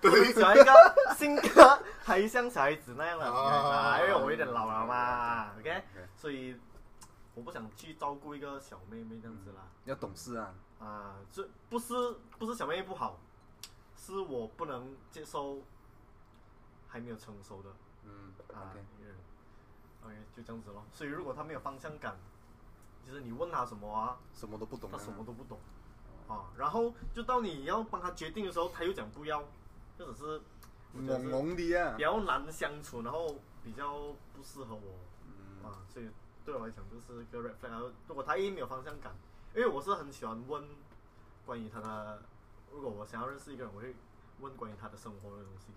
Speaker 3: 我会喜欢一个性格还像小孩子那样的女孩
Speaker 4: 啊
Speaker 3: 吧，因为我有点老了嘛，OK，所以我不想去照顾一个小妹妹这样子啦。
Speaker 2: 要懂事啊，
Speaker 3: 啊，这不是不是小妹妹不好，是我不能接受还没有成熟的。
Speaker 2: 嗯
Speaker 3: 啊
Speaker 2: ，OK，
Speaker 3: 嗯，OK，就这样子咯。所以如果他没有方向感，就是你问他什么啊，
Speaker 2: 什么都不懂
Speaker 3: 他
Speaker 2: 啊，
Speaker 3: 什么都不懂啊。然后就到你要帮他决定的时候，他又讲不要，就只是我觉得
Speaker 2: 懵
Speaker 3: 是
Speaker 2: 懵的啊
Speaker 3: 比，较难相处，然后比较不适合
Speaker 1: 嗯
Speaker 3: 我啊。所以对我来讲就是一个 red flag 然后如果他一没有方向感，因为我是很喜欢问关于他的，如果我想要认识一个人，我会问关于他的生活的东西。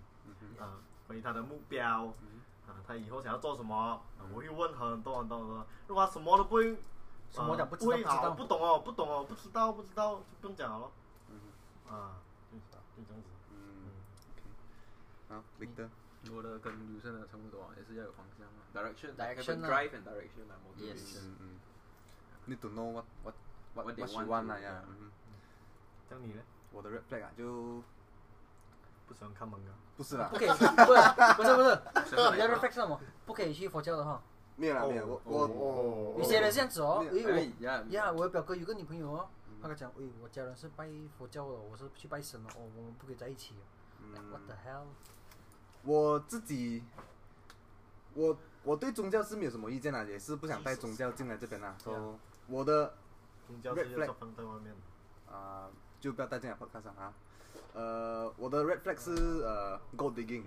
Speaker 1: 嗯
Speaker 3: 啊，关于他的目标，啊，他以后想要做什么，啊
Speaker 1: 嗯
Speaker 3: 我会问很多很多很多。如果他什么都不会，
Speaker 1: 什么
Speaker 3: 啊
Speaker 1: 讲不知道
Speaker 3: 会
Speaker 1: 不知道嗯
Speaker 3: 好，不懂哦，不懂哦，不知道不知道，就不用讲了咯。啊，就这样子。
Speaker 2: 嗯
Speaker 3: 嗯，
Speaker 2: 好，Victor，
Speaker 5: 我的跟女生的差不多啊，也是要有方向嘛。
Speaker 6: direction direction
Speaker 1: Direction lah.
Speaker 6: drive and direction lah motivation
Speaker 2: 嗯嗯，need to know what what
Speaker 6: What
Speaker 2: what what
Speaker 6: they
Speaker 2: you
Speaker 6: want
Speaker 2: want
Speaker 6: to-
Speaker 2: 啊呀
Speaker 6: yeah.，
Speaker 2: 嗯
Speaker 3: 这样你呢？
Speaker 2: 我的 red flag 啊就
Speaker 3: 不喜欢看漫画。
Speaker 2: 不是啦
Speaker 1: 不，可以，不是不是不是，
Speaker 6: 想
Speaker 1: 你要
Speaker 6: 买
Speaker 1: reflect 什么？不可以去佛教的哈。
Speaker 2: 没有啦没有，我我
Speaker 3: 哦
Speaker 1: 有些人这样子哦，
Speaker 2: 没
Speaker 1: 因为
Speaker 5: 哎
Speaker 6: 呀
Speaker 1: 我呀，我的表哥有个女朋友哦，他跟讲，哎，我家人是拜佛教的，我是去拜神的，哦，我们不可以在一起哦。Like,
Speaker 2: 嗯
Speaker 1: What the hell？
Speaker 2: 我自己，我我对宗教是没有什么意见啦，也是不想带宗教进来这边啦。
Speaker 3: 对啊
Speaker 2: so, 我的
Speaker 3: 宗教是要放在外面的。
Speaker 2: 啊、就不要带进来 podcast 上啊。呃，我的 red flag 是呃 gold digging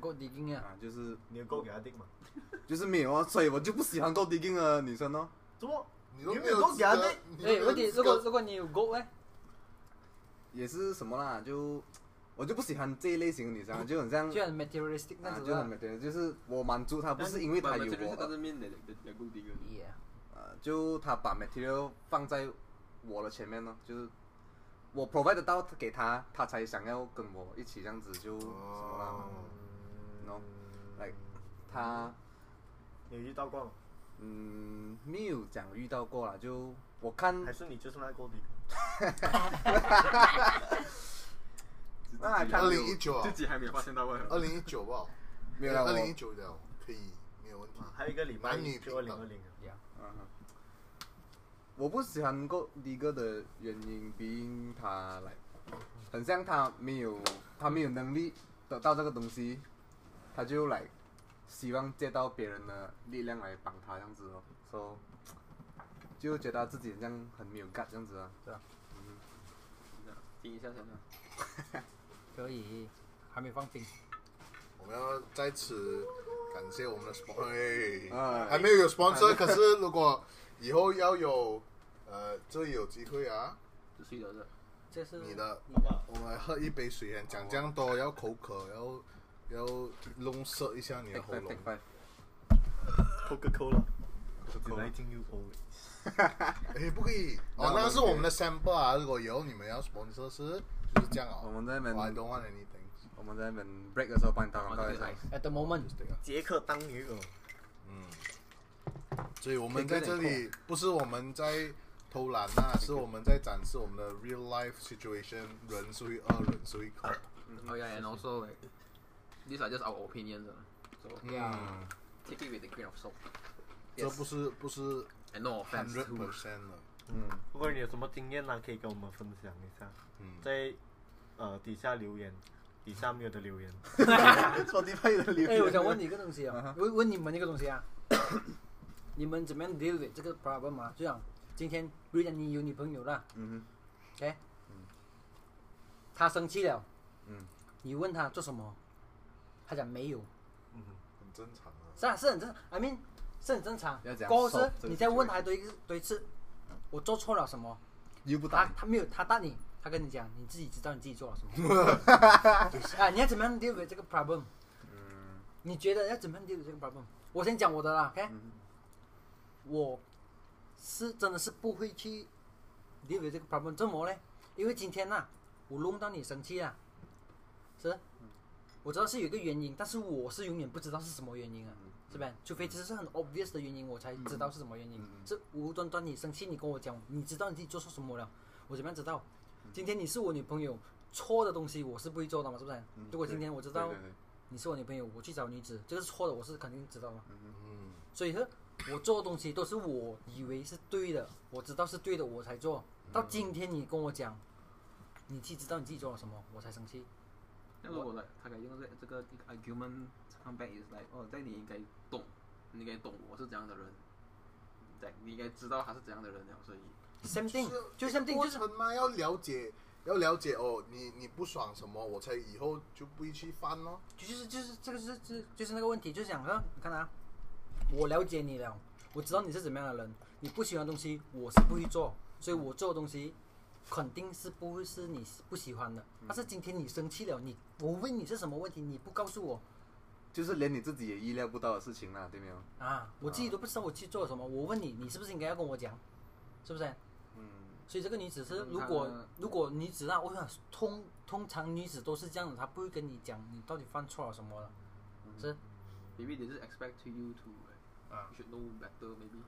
Speaker 1: 够 digging 啊！
Speaker 2: 啊，就是
Speaker 3: 你有够给他定吗？
Speaker 2: 就是没有啊， 所以我就不喜欢 gold digging 的女生哦。
Speaker 3: 怎么？
Speaker 4: 你都
Speaker 3: 你有
Speaker 4: 没
Speaker 3: 没
Speaker 4: 啊
Speaker 3: 有够
Speaker 4: 资
Speaker 3: 给他
Speaker 4: 格
Speaker 3: 定，
Speaker 4: 你都没
Speaker 1: 哎，
Speaker 4: 有
Speaker 1: 问题
Speaker 4: 资
Speaker 1: 如果
Speaker 4: 格
Speaker 1: 如果你有 go 哎，
Speaker 2: 也是什么啦，就我就不喜欢这一类型的女生啊，就很像
Speaker 1: 就嗯很 materialistic 那
Speaker 2: 啊
Speaker 1: 样，子
Speaker 2: 就很
Speaker 1: 啊。
Speaker 2: 没对，就是我满足她，不是因为她
Speaker 6: ，but
Speaker 2: 有
Speaker 6: material
Speaker 2: 我，
Speaker 6: doesn't mean that that they're good digger
Speaker 1: Yeah，
Speaker 2: 呃，就她把 material 放在我的前面呢，就是我 provide 得到给她，她才想要跟我一起这样子，就什么啦
Speaker 4: 哦，
Speaker 2: 然后 like 她。
Speaker 3: 你有遇到过吗？
Speaker 2: 嗯，没有讲遇到过啦，就我看
Speaker 3: 还是你就是那个底？
Speaker 2: 那看
Speaker 4: 二
Speaker 2: 没有
Speaker 4: 零一九啊哦
Speaker 6: 自，己还没有发现到问题。
Speaker 4: 二零一九吧，
Speaker 2: 没有啦，
Speaker 4: 二零一
Speaker 2: 我
Speaker 4: 九了，可以没有问题。
Speaker 3: 还有一个礼拜
Speaker 4: 男女平
Speaker 3: 就二零二
Speaker 4: 等，
Speaker 3: 零
Speaker 2: 我不喜欢过迪哥的原因，毕竟他来，很像他没有他没有能力得到这个东西，他就来希望借到别人的力量来帮他这样子哦，so, 就觉得自己很像很没有 g 这样子啊，
Speaker 6: 听一下先啊，
Speaker 1: 可以，还没放冰。
Speaker 4: 我们要在此感谢我们的 sponsor，、
Speaker 2: 哎
Speaker 4: 还没有有 sponsor，可是如果以后要有，呃，这里有机会啊，
Speaker 6: 就睡着这。
Speaker 1: 这是
Speaker 4: 你的
Speaker 1: 你的
Speaker 4: 我们喝一杯水啊，讲这样多要口渴，要要弄涩一下你的
Speaker 2: take
Speaker 4: 喉
Speaker 2: five
Speaker 4: 咙
Speaker 2: take。five，
Speaker 3: ，Coca Cola。
Speaker 4: Coca-Cola
Speaker 3: Uniting you always。
Speaker 4: 哎，不可以，
Speaker 2: 那
Speaker 4: 哦
Speaker 2: 我，们
Speaker 4: 那是我们的 sample 啊，如果以后你们要 sponsor 是就是这样啊。
Speaker 2: 我们在那边
Speaker 4: I don't want anything。
Speaker 2: 我们在门 break 的时候帮你打广告一下，
Speaker 1: at the
Speaker 2: 嗯
Speaker 1: moment，
Speaker 4: Just take 啊
Speaker 3: 杰克当女友。
Speaker 4: 嗯，所以我们在这里不是我们在偷懒 呐、是我们在展示我们的 real life situation，人是会饿，人是会渴。
Speaker 5: Oh yeah, and also like these are just our opinions, ah. so
Speaker 4: 嗯，
Speaker 5: take it with a grain of salt
Speaker 4: 这不是不是
Speaker 5: and no offense
Speaker 4: hundred
Speaker 5: to
Speaker 4: percent 了。
Speaker 2: 嗯，
Speaker 3: 如果你有什么经验呢、可以跟我们分享一下，
Speaker 4: 嗯，
Speaker 3: 在呃底下留言，底下没有的留言。
Speaker 2: 说迪拜的 留
Speaker 1: 哎，我想问你一个东西 啊，问问你们一个东西啊， 你们怎么样 deal with 这个 problem 啊？就讲今天，比如讲你有女朋友啦
Speaker 2: 嗯
Speaker 1: ，OK，她生气了，
Speaker 2: 嗯，
Speaker 1: 你问她做什么，她讲没有，
Speaker 3: 嗯，
Speaker 4: 很正常啊。
Speaker 1: 是啊，是很正常，I mean 是很正常
Speaker 2: 要。讲
Speaker 1: 过后
Speaker 2: solve
Speaker 1: 是
Speaker 2: 这个
Speaker 1: 你再问她
Speaker 2: situation
Speaker 1: 多一个多一次，我做错了什么？
Speaker 2: 哼，又不
Speaker 1: 他
Speaker 2: 打，
Speaker 1: 他没有他打你，他跟你讲，你自己知道你自己做了什 么。啊，你要怎么样 deal with 这个 problem？
Speaker 2: 嗯
Speaker 1: 你觉得要怎么样 deal with 这个 problem？我先讲我的啦，OK？、
Speaker 2: 嗯
Speaker 1: 我是真的是不会去 deal with 这个 problem，怎么呢？因为今天呐、我弄到你生气啊，是？
Speaker 2: 嗯
Speaker 1: 我知道是有一个原因，但是我是永远不知道是什么原因啊，是吧？除非这是
Speaker 2: 嗯
Speaker 1: 很 obvious 的原因，我才知道是什么原因。这无端端你生气，你跟我讲，你知道你自己做错什么了，我怎么样知道？
Speaker 2: 嗯
Speaker 1: 今天你是我女朋友，错的东西我是不会做的嘛，是不是？
Speaker 2: 嗯
Speaker 1: 如果今
Speaker 2: 对
Speaker 1: 天我知道
Speaker 2: 对对对
Speaker 1: 你是我女朋友，我去找女子，这个是错的，我是肯定知道嘛。
Speaker 4: 嗯，
Speaker 1: 所以说，我做的东西都是我以为是对的，我知道是对的，我才做到。今天你跟我讲，你自己知道你自己做了什么，我才生气。
Speaker 5: 那如果 like 他改用这这个 argument come back is
Speaker 6: oh,
Speaker 5: like 哦，在你应该懂，你应该懂我是怎样的人，对，你应该知道他是怎样的人了，所以
Speaker 1: same thing，就
Speaker 4: 就是
Speaker 1: same thing，
Speaker 4: 过
Speaker 1: 就是
Speaker 4: 程嘛，要了解，要了解哦，你你不爽什么，我才以后就不会去翻咯。
Speaker 1: 就是就是这个是就是就是那个问题，就是想说，你看啊，我了解你了，我知道你是怎么样的人，你不喜欢的东西我是不会做，所以我做的东西肯定是不会是你不喜欢的。
Speaker 5: 嗯
Speaker 1: 但是今天你生气了，你我问你是什么问题，你不告诉我
Speaker 2: 就是连你自己也意料不到的事情啦，对没有？
Speaker 1: 啊，我自己都不知道我去做了什么，我问你，你是不是应该要跟我讲，是不是？
Speaker 2: 嗯
Speaker 1: 所以这个女子是，
Speaker 5: 嗯
Speaker 1: 如果
Speaker 5: 她
Speaker 1: 如果女子啊，我想通通常女子都是这样的，她不会跟你讲你到底犯错了什么了，
Speaker 5: 嗯
Speaker 1: 是
Speaker 6: Maybe they just expect to you to like,
Speaker 3: 啊
Speaker 6: you should know better maybe.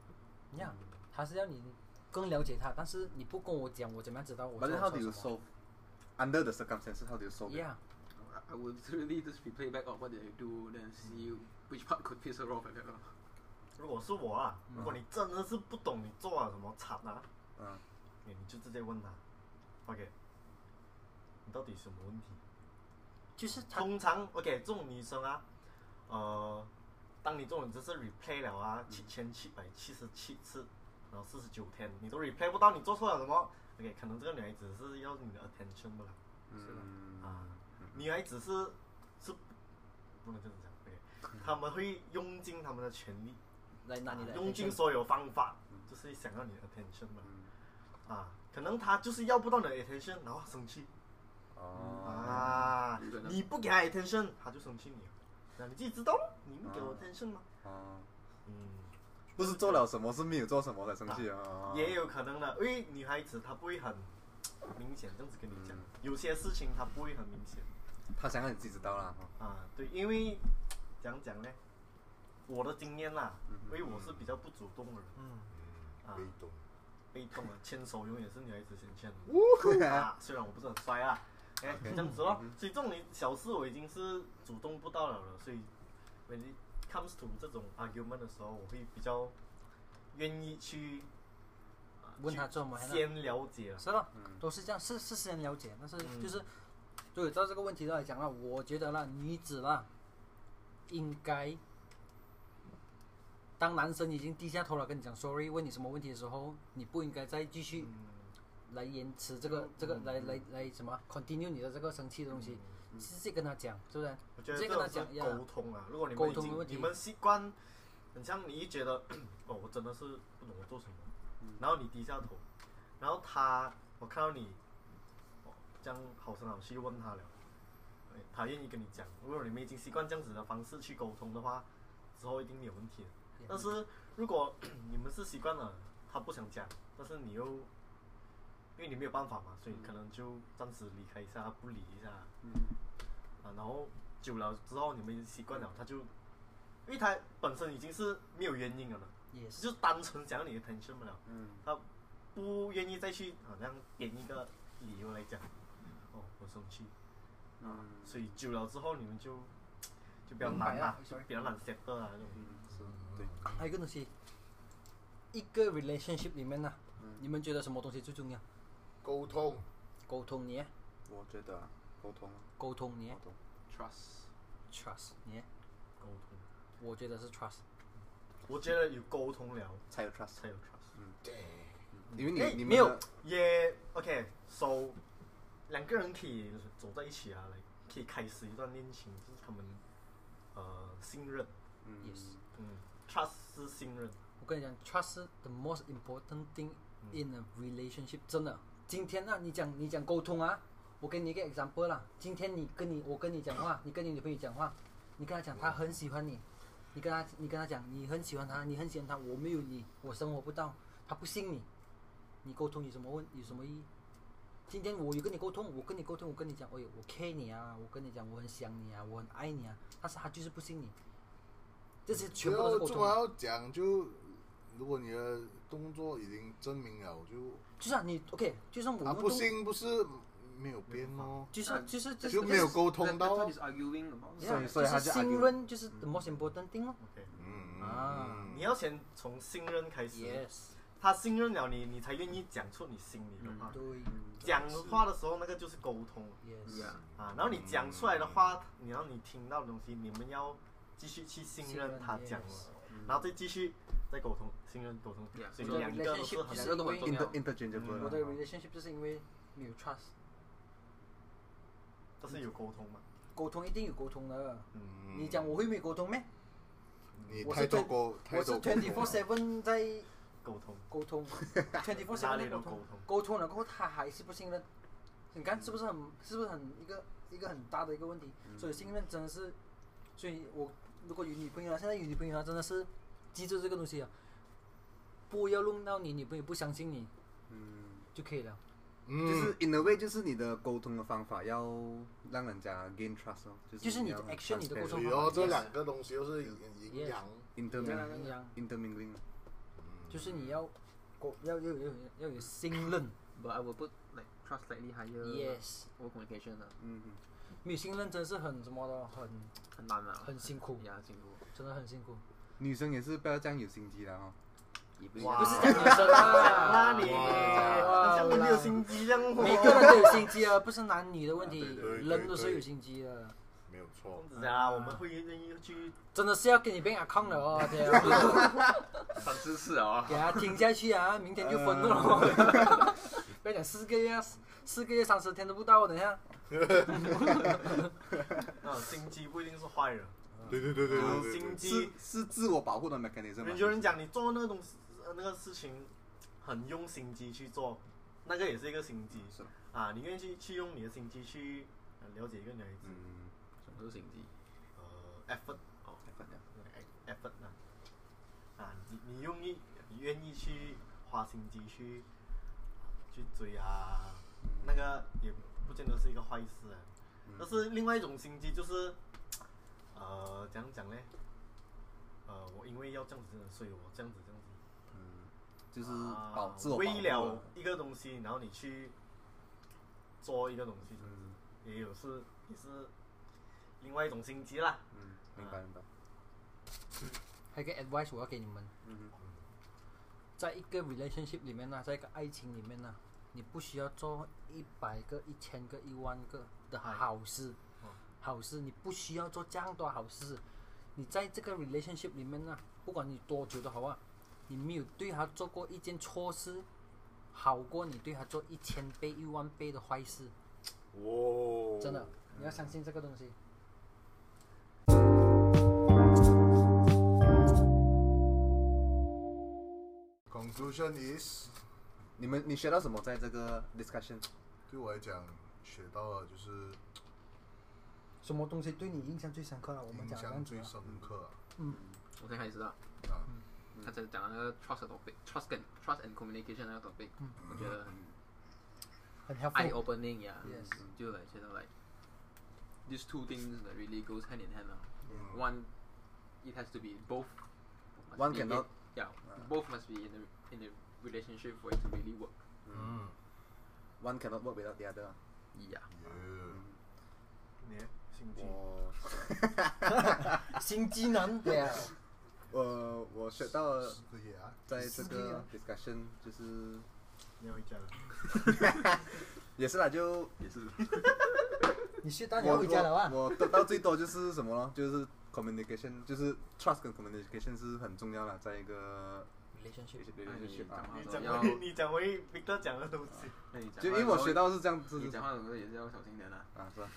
Speaker 1: 你看，她是要你更了解她，但是你不跟我讲，我怎么样知道我
Speaker 2: But
Speaker 1: 错了
Speaker 2: then how
Speaker 1: 什
Speaker 2: do
Speaker 1: 么
Speaker 2: you solve under the circumstances? How do you solve it?
Speaker 1: Yeah，
Speaker 6: I- I would literally just replay back on what did I do, then see which part could piss her off and that lah.
Speaker 3: 如果是我啊，如果你真的是不懂你做了什么惨啊，
Speaker 2: 嗯，
Speaker 3: 你你就直接问他，OK，你到底什么问题？
Speaker 1: 就是她
Speaker 3: 通常 OK 这种女生啊，呃，当你这种只是 replay 了啊，
Speaker 2: 嗯
Speaker 3: 七千七百七十七次，然后四十九天，你都 replay 不到，你做错了什么？OK，可能这个女孩子是要你的 attention 不啦？
Speaker 2: 嗯
Speaker 3: 啊，女孩子是是不能这样讲，OK，他们会用尽他们的全力，
Speaker 1: 来拿你的
Speaker 3: 啊用尽
Speaker 1: attention，
Speaker 3: 所有方法，就是想要你的 attention 嘛。啊，可能他就是要不到你的 attention，然后生气。
Speaker 2: 哦，
Speaker 3: 啊
Speaker 6: 有可，能
Speaker 3: 你不给他 attention，他就生气你了。那你自己知道了，你不给我 attention 吗？
Speaker 2: 哦
Speaker 3: 嗯，
Speaker 2: 不是做了什么，是没有做什么才生气啊。哦
Speaker 3: 也有可能的，因为女孩子她不会很明显这样子跟你讲，有些事情她不会很明显
Speaker 2: 他想让你自己知道啦。哦
Speaker 3: 啊。对，因为讲讲呢，我的经验啦，因为我是比较不主动的人，
Speaker 1: 嗯，
Speaker 3: 啊
Speaker 4: 被动，
Speaker 3: 被动的牵手永远是女孩子先牵的。啊，虽然我不是很帅啊，哎、这样子咯。所以这种小事我已经是主动不到了了，所以 when it comes to 这种 argument 的时候，我会比较愿意去、啊
Speaker 1: 问
Speaker 3: 去
Speaker 1: 他做什么
Speaker 3: 先了解啊了。
Speaker 1: 是吧？都是这样，是是先了解，但是
Speaker 3: 嗯
Speaker 1: 就是，对，照这个问题来讲啦，我觉得啦，女子啦，应该，当男生已经低下头来跟你讲 sorry，问你什么问题的时候，你不应该再继续
Speaker 3: 嗯
Speaker 1: 来延迟这个、这个来来来什么 continue 你的这个生气的东西，直接跟他讲，是不是？
Speaker 3: 我觉
Speaker 1: 直接
Speaker 3: 得这
Speaker 1: 跟他
Speaker 3: 种是
Speaker 1: 讲，呀
Speaker 3: 沟通啊，如果你们
Speaker 1: 沟
Speaker 3: 已
Speaker 1: 通的
Speaker 3: 经
Speaker 1: 问题
Speaker 3: 你们习惯，很像你一觉得 哦，我真的是不懂我做什么，
Speaker 1: 嗯
Speaker 3: 然后你低下头，然后他我看到你，哦，这样好声好气问他了，哎他愿意跟你讲，如果你们已经习惯这样子的方式去沟通的话，之后一定没有问题的。但是如果 你们是习惯了，他不想讲，但是你又因为你没有办法嘛，所以
Speaker 1: 嗯
Speaker 3: 可能就暂时离开一下，不理一下，啊，然后久了之后你们习惯了，他就，因为他本身已经是没有原因了嘛，
Speaker 1: 也是
Speaker 3: 就单纯想要你的 attention 不了，
Speaker 2: 嗯，
Speaker 3: 他不愿意再去好像点一个理由来讲，哦，我生气，啊，
Speaker 1: 嗯
Speaker 3: 所以久了之后你们就就比较
Speaker 1: 明白
Speaker 3: 难啦
Speaker 1: 了，
Speaker 3: 就
Speaker 1: ，sorry
Speaker 3: 比较难 set 啊那种，
Speaker 2: 嗯
Speaker 1: 还有一个东西，一个 relationship 里面呢、你们觉得什么东西最重要？
Speaker 4: 沟通，
Speaker 1: 沟通你，
Speaker 2: 我觉得啊沟通，
Speaker 1: 沟通你
Speaker 2: 沟通，
Speaker 6: Trust.
Speaker 1: ，trust 你，
Speaker 3: 沟通，
Speaker 1: 我觉得是 trust。
Speaker 3: 我觉得有沟通了
Speaker 2: 才有 trust，
Speaker 3: 才有 trust，
Speaker 2: 因为
Speaker 3: 哎
Speaker 2: 你你
Speaker 1: 没
Speaker 2: 们
Speaker 1: 有
Speaker 2: 的
Speaker 3: 也 OK，so, 两个人可以走在一起啊，来可以开始一段恋情，就是他们呃信任。
Speaker 1: Yes，
Speaker 3: 嗯，trust 是信任，
Speaker 1: 我跟你讲，trust 是 the most important thing in a relationship。真的，今天啊，你讲你讲沟通啊，我给你一个 example 啦。今天你跟你我跟你讲话，你跟你女朋友讲话，你跟她讲她很喜欢你，你跟她你跟她讲你很喜欢她，你很喜欢她，我没有你我生活不到，她不信你，你沟通有什么问有什么意义？今天我有跟你沟通，我跟你沟通，我跟你讲，哎呦，我 care 你啊，我跟你讲，我很想你啊，我很爱你啊，但是她就是不信你，这些全部都是沟
Speaker 4: 要这
Speaker 1: 通
Speaker 4: 么
Speaker 1: 啊。
Speaker 4: 要讲就，如果你的动作已经证明了，就
Speaker 1: 就像你 OK，就算我
Speaker 4: 啊
Speaker 1: 们
Speaker 4: 不
Speaker 1: 都，
Speaker 4: 信不是
Speaker 1: 嗯
Speaker 4: 没有变哦，
Speaker 1: 就
Speaker 6: 啊
Speaker 1: 是
Speaker 3: 嗯
Speaker 1: 就是就是
Speaker 4: 就没有沟
Speaker 6: That-
Speaker 4: 通
Speaker 6: that's
Speaker 4: 到
Speaker 6: what
Speaker 4: 哦
Speaker 6: he's arguing about.
Speaker 2: 所以所以他
Speaker 1: 就是
Speaker 2: 就
Speaker 1: 信
Speaker 2: argue
Speaker 1: 任就是 the most important thing 咯。
Speaker 3: OK，
Speaker 4: 嗯
Speaker 1: 啊
Speaker 4: 嗯
Speaker 3: 你要先从信任开始
Speaker 1: Yes，
Speaker 3: 他信任了你，你才愿意讲出你心里的
Speaker 2: 嗯
Speaker 3: 话。
Speaker 1: 对
Speaker 3: 讲话的时候，那个就是沟通
Speaker 1: ，Yes，
Speaker 3: 啊。然后你讲出来的话，你要你听到的东西，你们要继续去信任他
Speaker 1: 信任
Speaker 3: 讲了
Speaker 1: yes，
Speaker 3: 然后再继续再沟通，信任沟通，
Speaker 6: Yeah，
Speaker 3: 所以
Speaker 6: 我觉得
Speaker 3: 两个都是
Speaker 1: relationship
Speaker 3: 很
Speaker 1: 其实
Speaker 6: 这个很重
Speaker 2: inter
Speaker 6: 要。
Speaker 2: interchangeable
Speaker 3: 嗯
Speaker 1: 我的
Speaker 2: 啦
Speaker 1: relationship 就是因为没有 trust，
Speaker 3: 都是有沟通嘛。
Speaker 1: 沟通一定有沟通的。
Speaker 4: 嗯
Speaker 1: 你讲我会没沟通咩？
Speaker 4: 你
Speaker 1: 我
Speaker 4: 太
Speaker 1: 是
Speaker 4: 多
Speaker 1: twen-
Speaker 4: 沟，太
Speaker 1: 我是
Speaker 4: 多
Speaker 1: twenty
Speaker 4: 沟
Speaker 1: four
Speaker 4: 通了，
Speaker 1: seven 在
Speaker 3: 沟通，
Speaker 1: 沟通，twenty four seven
Speaker 3: 哪
Speaker 1: 在
Speaker 3: 里
Speaker 1: 沟
Speaker 3: 都
Speaker 1: 通
Speaker 3: 沟，通
Speaker 1: 沟通了过后他还是不信任，你看是不是很是不是很一个一个很大的一个问题？所以信任真的是，所以我如果有女朋友啊，现在有女朋友啊，真的是记住这个东西啊，不要弄到你女朋友不相信你
Speaker 2: 嗯
Speaker 1: 就可以了。
Speaker 4: 嗯，
Speaker 2: 就是 in a way 就是你的沟通的方法要让人家 gain trust 哦，就是
Speaker 1: 就是你
Speaker 2: 要
Speaker 1: 的
Speaker 2: 很
Speaker 1: action，你的
Speaker 2: transparent
Speaker 1: 沟
Speaker 4: 所
Speaker 1: 通
Speaker 4: 以
Speaker 1: 方
Speaker 4: 哦
Speaker 1: 法，
Speaker 4: 这两个东西都是营
Speaker 1: Yes
Speaker 4: 养，
Speaker 1: 对
Speaker 2: intermingling
Speaker 1: 一样
Speaker 2: intermingling 啊
Speaker 1: 就是你要沟要要要要有信任
Speaker 6: But I will put like trust slightly
Speaker 5: 嗯
Speaker 6: higher
Speaker 1: ，yes，
Speaker 6: over communication uh, 啦，
Speaker 2: 嗯嗯。
Speaker 1: 没有信任真的是很什么的，很
Speaker 6: 很难啊，
Speaker 1: 很辛苦，
Speaker 5: 嗯
Speaker 6: 呀，辛苦。
Speaker 1: 真的很辛苦。
Speaker 2: 女生也是不要这样有心机哦啦哈、
Speaker 6: 也不一定
Speaker 3: 哇
Speaker 1: 不是讲女生啊，
Speaker 3: 那你
Speaker 1: 哇
Speaker 3: 像你没有心机这样，
Speaker 1: 每个人都有心机啊，不是男女的问题
Speaker 4: 对对对，对
Speaker 1: 人都是有心机的，
Speaker 4: 没有错。
Speaker 3: 啊，我们会愿意去
Speaker 1: 真的是要给你变 account 了 哦，对啊，
Speaker 6: 三四次啊，
Speaker 1: 给他听下去啊，明天就分
Speaker 4: 嗯
Speaker 1: 了哦。 不要讲四个月啊，四个月三十天都不到，等一下。
Speaker 3: 啊，心机不一定是坏人，
Speaker 1: 嗯
Speaker 4: 对对对对对对
Speaker 3: 心
Speaker 4: 对，
Speaker 2: 是
Speaker 3: 机，
Speaker 2: 是自我保护的 mechanism 啊嘛。
Speaker 3: 有人讲你做那个东西呃那个事情很用心机去做，那个也是一个心机
Speaker 2: 是
Speaker 3: 啊，你愿意去去用你的心机去呃了解一个女孩子，
Speaker 2: 嗯，
Speaker 6: 什么都心机，
Speaker 3: 呃，effort 哦，effort 啊，啊，你你用意你愿意去花心机去去追啊，那个也不见得是一个坏事啊。
Speaker 2: 嗯
Speaker 3: 但是另外一种心机就是，呃，怎样讲呢？呃，我因为要这样子，所以我这样子这样子，
Speaker 2: 就是
Speaker 3: 啊
Speaker 2: 保自我保护
Speaker 3: 为
Speaker 2: 啊。
Speaker 3: 了一个东西，然后你去做一个东西，这样
Speaker 2: 嗯
Speaker 3: 子也有是也是另外一种心机啦。
Speaker 2: 嗯，明白明白。
Speaker 1: 还有一个 advice 我要给你们，
Speaker 2: 嗯
Speaker 1: 在一个 relationship 里面呢、啊在一个爱情里面呢、啊你不需要做一百个、一千个、一万个的好事
Speaker 4: 哦
Speaker 3: 嗯，
Speaker 1: 好事你不需要做这样多好事。你在这个 relationship 里面呢、啊不管你多久都好啊，你没有对他做过一件错事，好过你对他做一千倍、一万倍的坏事。
Speaker 4: 哇，
Speaker 1: 真的，你要相信这个东西。
Speaker 4: Conclusion is，
Speaker 2: 你们你学到什么在这个 discussion？
Speaker 4: 对我来讲学到的就是
Speaker 1: 什么东西对你印象最深刻啊？我们
Speaker 4: 印
Speaker 1: 讲这
Speaker 4: 象
Speaker 1: 样子
Speaker 4: 最
Speaker 1: 啊
Speaker 4: 深刻啊。
Speaker 6: 我才开始啊
Speaker 4: 啊。
Speaker 6: 他才讲那个 trust 的 topic，trust 跟 trust and communication 那个 topic，我
Speaker 1: 嗯
Speaker 6: 觉得很
Speaker 1: 很 helpful
Speaker 6: eye opening 呀
Speaker 1: Yes.，
Speaker 6: 就 like 觉得 like these two things that really goes hand in hand 啊。
Speaker 4: 嗯
Speaker 6: One, it has to be both. must
Speaker 2: One
Speaker 6: be in-
Speaker 2: cannot-
Speaker 6: Yeah, both must be in a in a relationship for it to really work.
Speaker 4: 嗯
Speaker 2: One cannot work without the other 啊。
Speaker 6: Yeah. 嗯
Speaker 3: 你呢心机，
Speaker 2: 嗯我
Speaker 1: 心机男，对啊，
Speaker 2: 我呃我学到
Speaker 1: 呃
Speaker 4: 耶，
Speaker 2: 了
Speaker 4: 四个月啊，
Speaker 2: 在这个 discussion 就是
Speaker 3: 你要回家了。
Speaker 2: 也是啦，就
Speaker 1: 你去
Speaker 2: 我
Speaker 1: 到你要回家了啊。
Speaker 2: 我我得到最多就是什么咯， 就是 communication，就是 trust 跟 communication 是很重要的，在一个
Speaker 1: relationship
Speaker 2: relationship 啊。
Speaker 3: 你
Speaker 6: 讲
Speaker 3: 讲
Speaker 6: 要
Speaker 3: 回你讲回 Victor 讲的东西，
Speaker 6: 那你讲
Speaker 2: 就因为我学
Speaker 6: 到，
Speaker 2: 到是这样子
Speaker 6: 你讲话的时候也是要小心点的。
Speaker 2: 啊，是吧？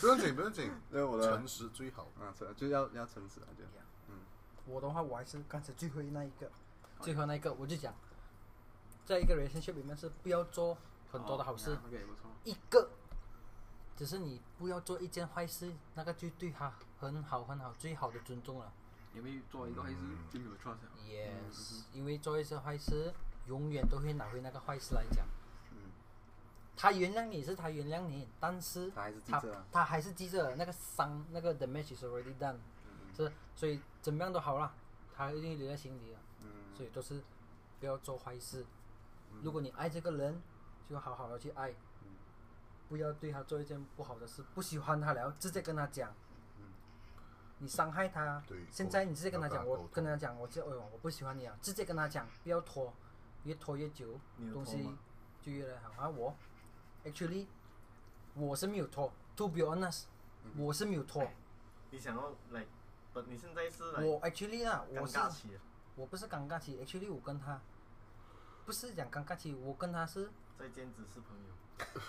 Speaker 4: 不用紧不用紧，
Speaker 2: 因为我的
Speaker 4: 诚实最好。
Speaker 2: 啊，诚就要要诚实啊，就
Speaker 1: 我的话，我还是刚才最后那一个，最后那一个，我就讲，在一个 relationship 里面是不要做很多的好
Speaker 5: 啊
Speaker 1: 事，
Speaker 6: 那个也哦不错。
Speaker 1: 一个，只是你不要做一件坏事，那个就对他很好很好，最好的尊重了。
Speaker 6: 有没有做一个还是就没有 trust？啊
Speaker 5: 嗯
Speaker 1: Yes，、因为做一些坏事，永远都会拿回那个坏事来讲。
Speaker 2: 嗯
Speaker 1: 他原谅你是他原谅你，但是
Speaker 2: 他还是记
Speaker 1: 他
Speaker 2: 着啊
Speaker 1: 他还是记着那个伤，那个 damage is already done，、是，
Speaker 4: 嗯
Speaker 1: 所以怎么样都好啦，他一定留在心里了。啊
Speaker 4: 嗯
Speaker 1: 所以都是不要做坏事。如果你爱这个人，就好好的去爱，
Speaker 4: 嗯
Speaker 1: 不要对他做一件不好的事。不喜欢他了，直接跟他讲。你伤害他
Speaker 4: 嗯对，
Speaker 1: 现
Speaker 4: 沟
Speaker 1: 在你直接跟他
Speaker 4: 要跟
Speaker 1: 讲，
Speaker 4: 他沟
Speaker 1: 我
Speaker 4: 通
Speaker 1: 跟他讲，我这哎呦我不喜欢你啊，直接跟他讲，不要拖，越拖越久
Speaker 3: 你有，
Speaker 1: 东
Speaker 3: 拖
Speaker 1: 西
Speaker 3: 吗
Speaker 1: 就越来越好。啊，我 actually 我是没有拖，to be honest，我
Speaker 3: 嗯
Speaker 1: 是没有拖，
Speaker 3: 哎你想要来，不，你现在是来
Speaker 1: 我 actually 啊，
Speaker 3: 尴
Speaker 1: 我是
Speaker 3: 尬期了，
Speaker 1: 我不是尴尬期，actually 我跟他不是讲尴尬期，我跟他是，
Speaker 3: 再见只是朋友。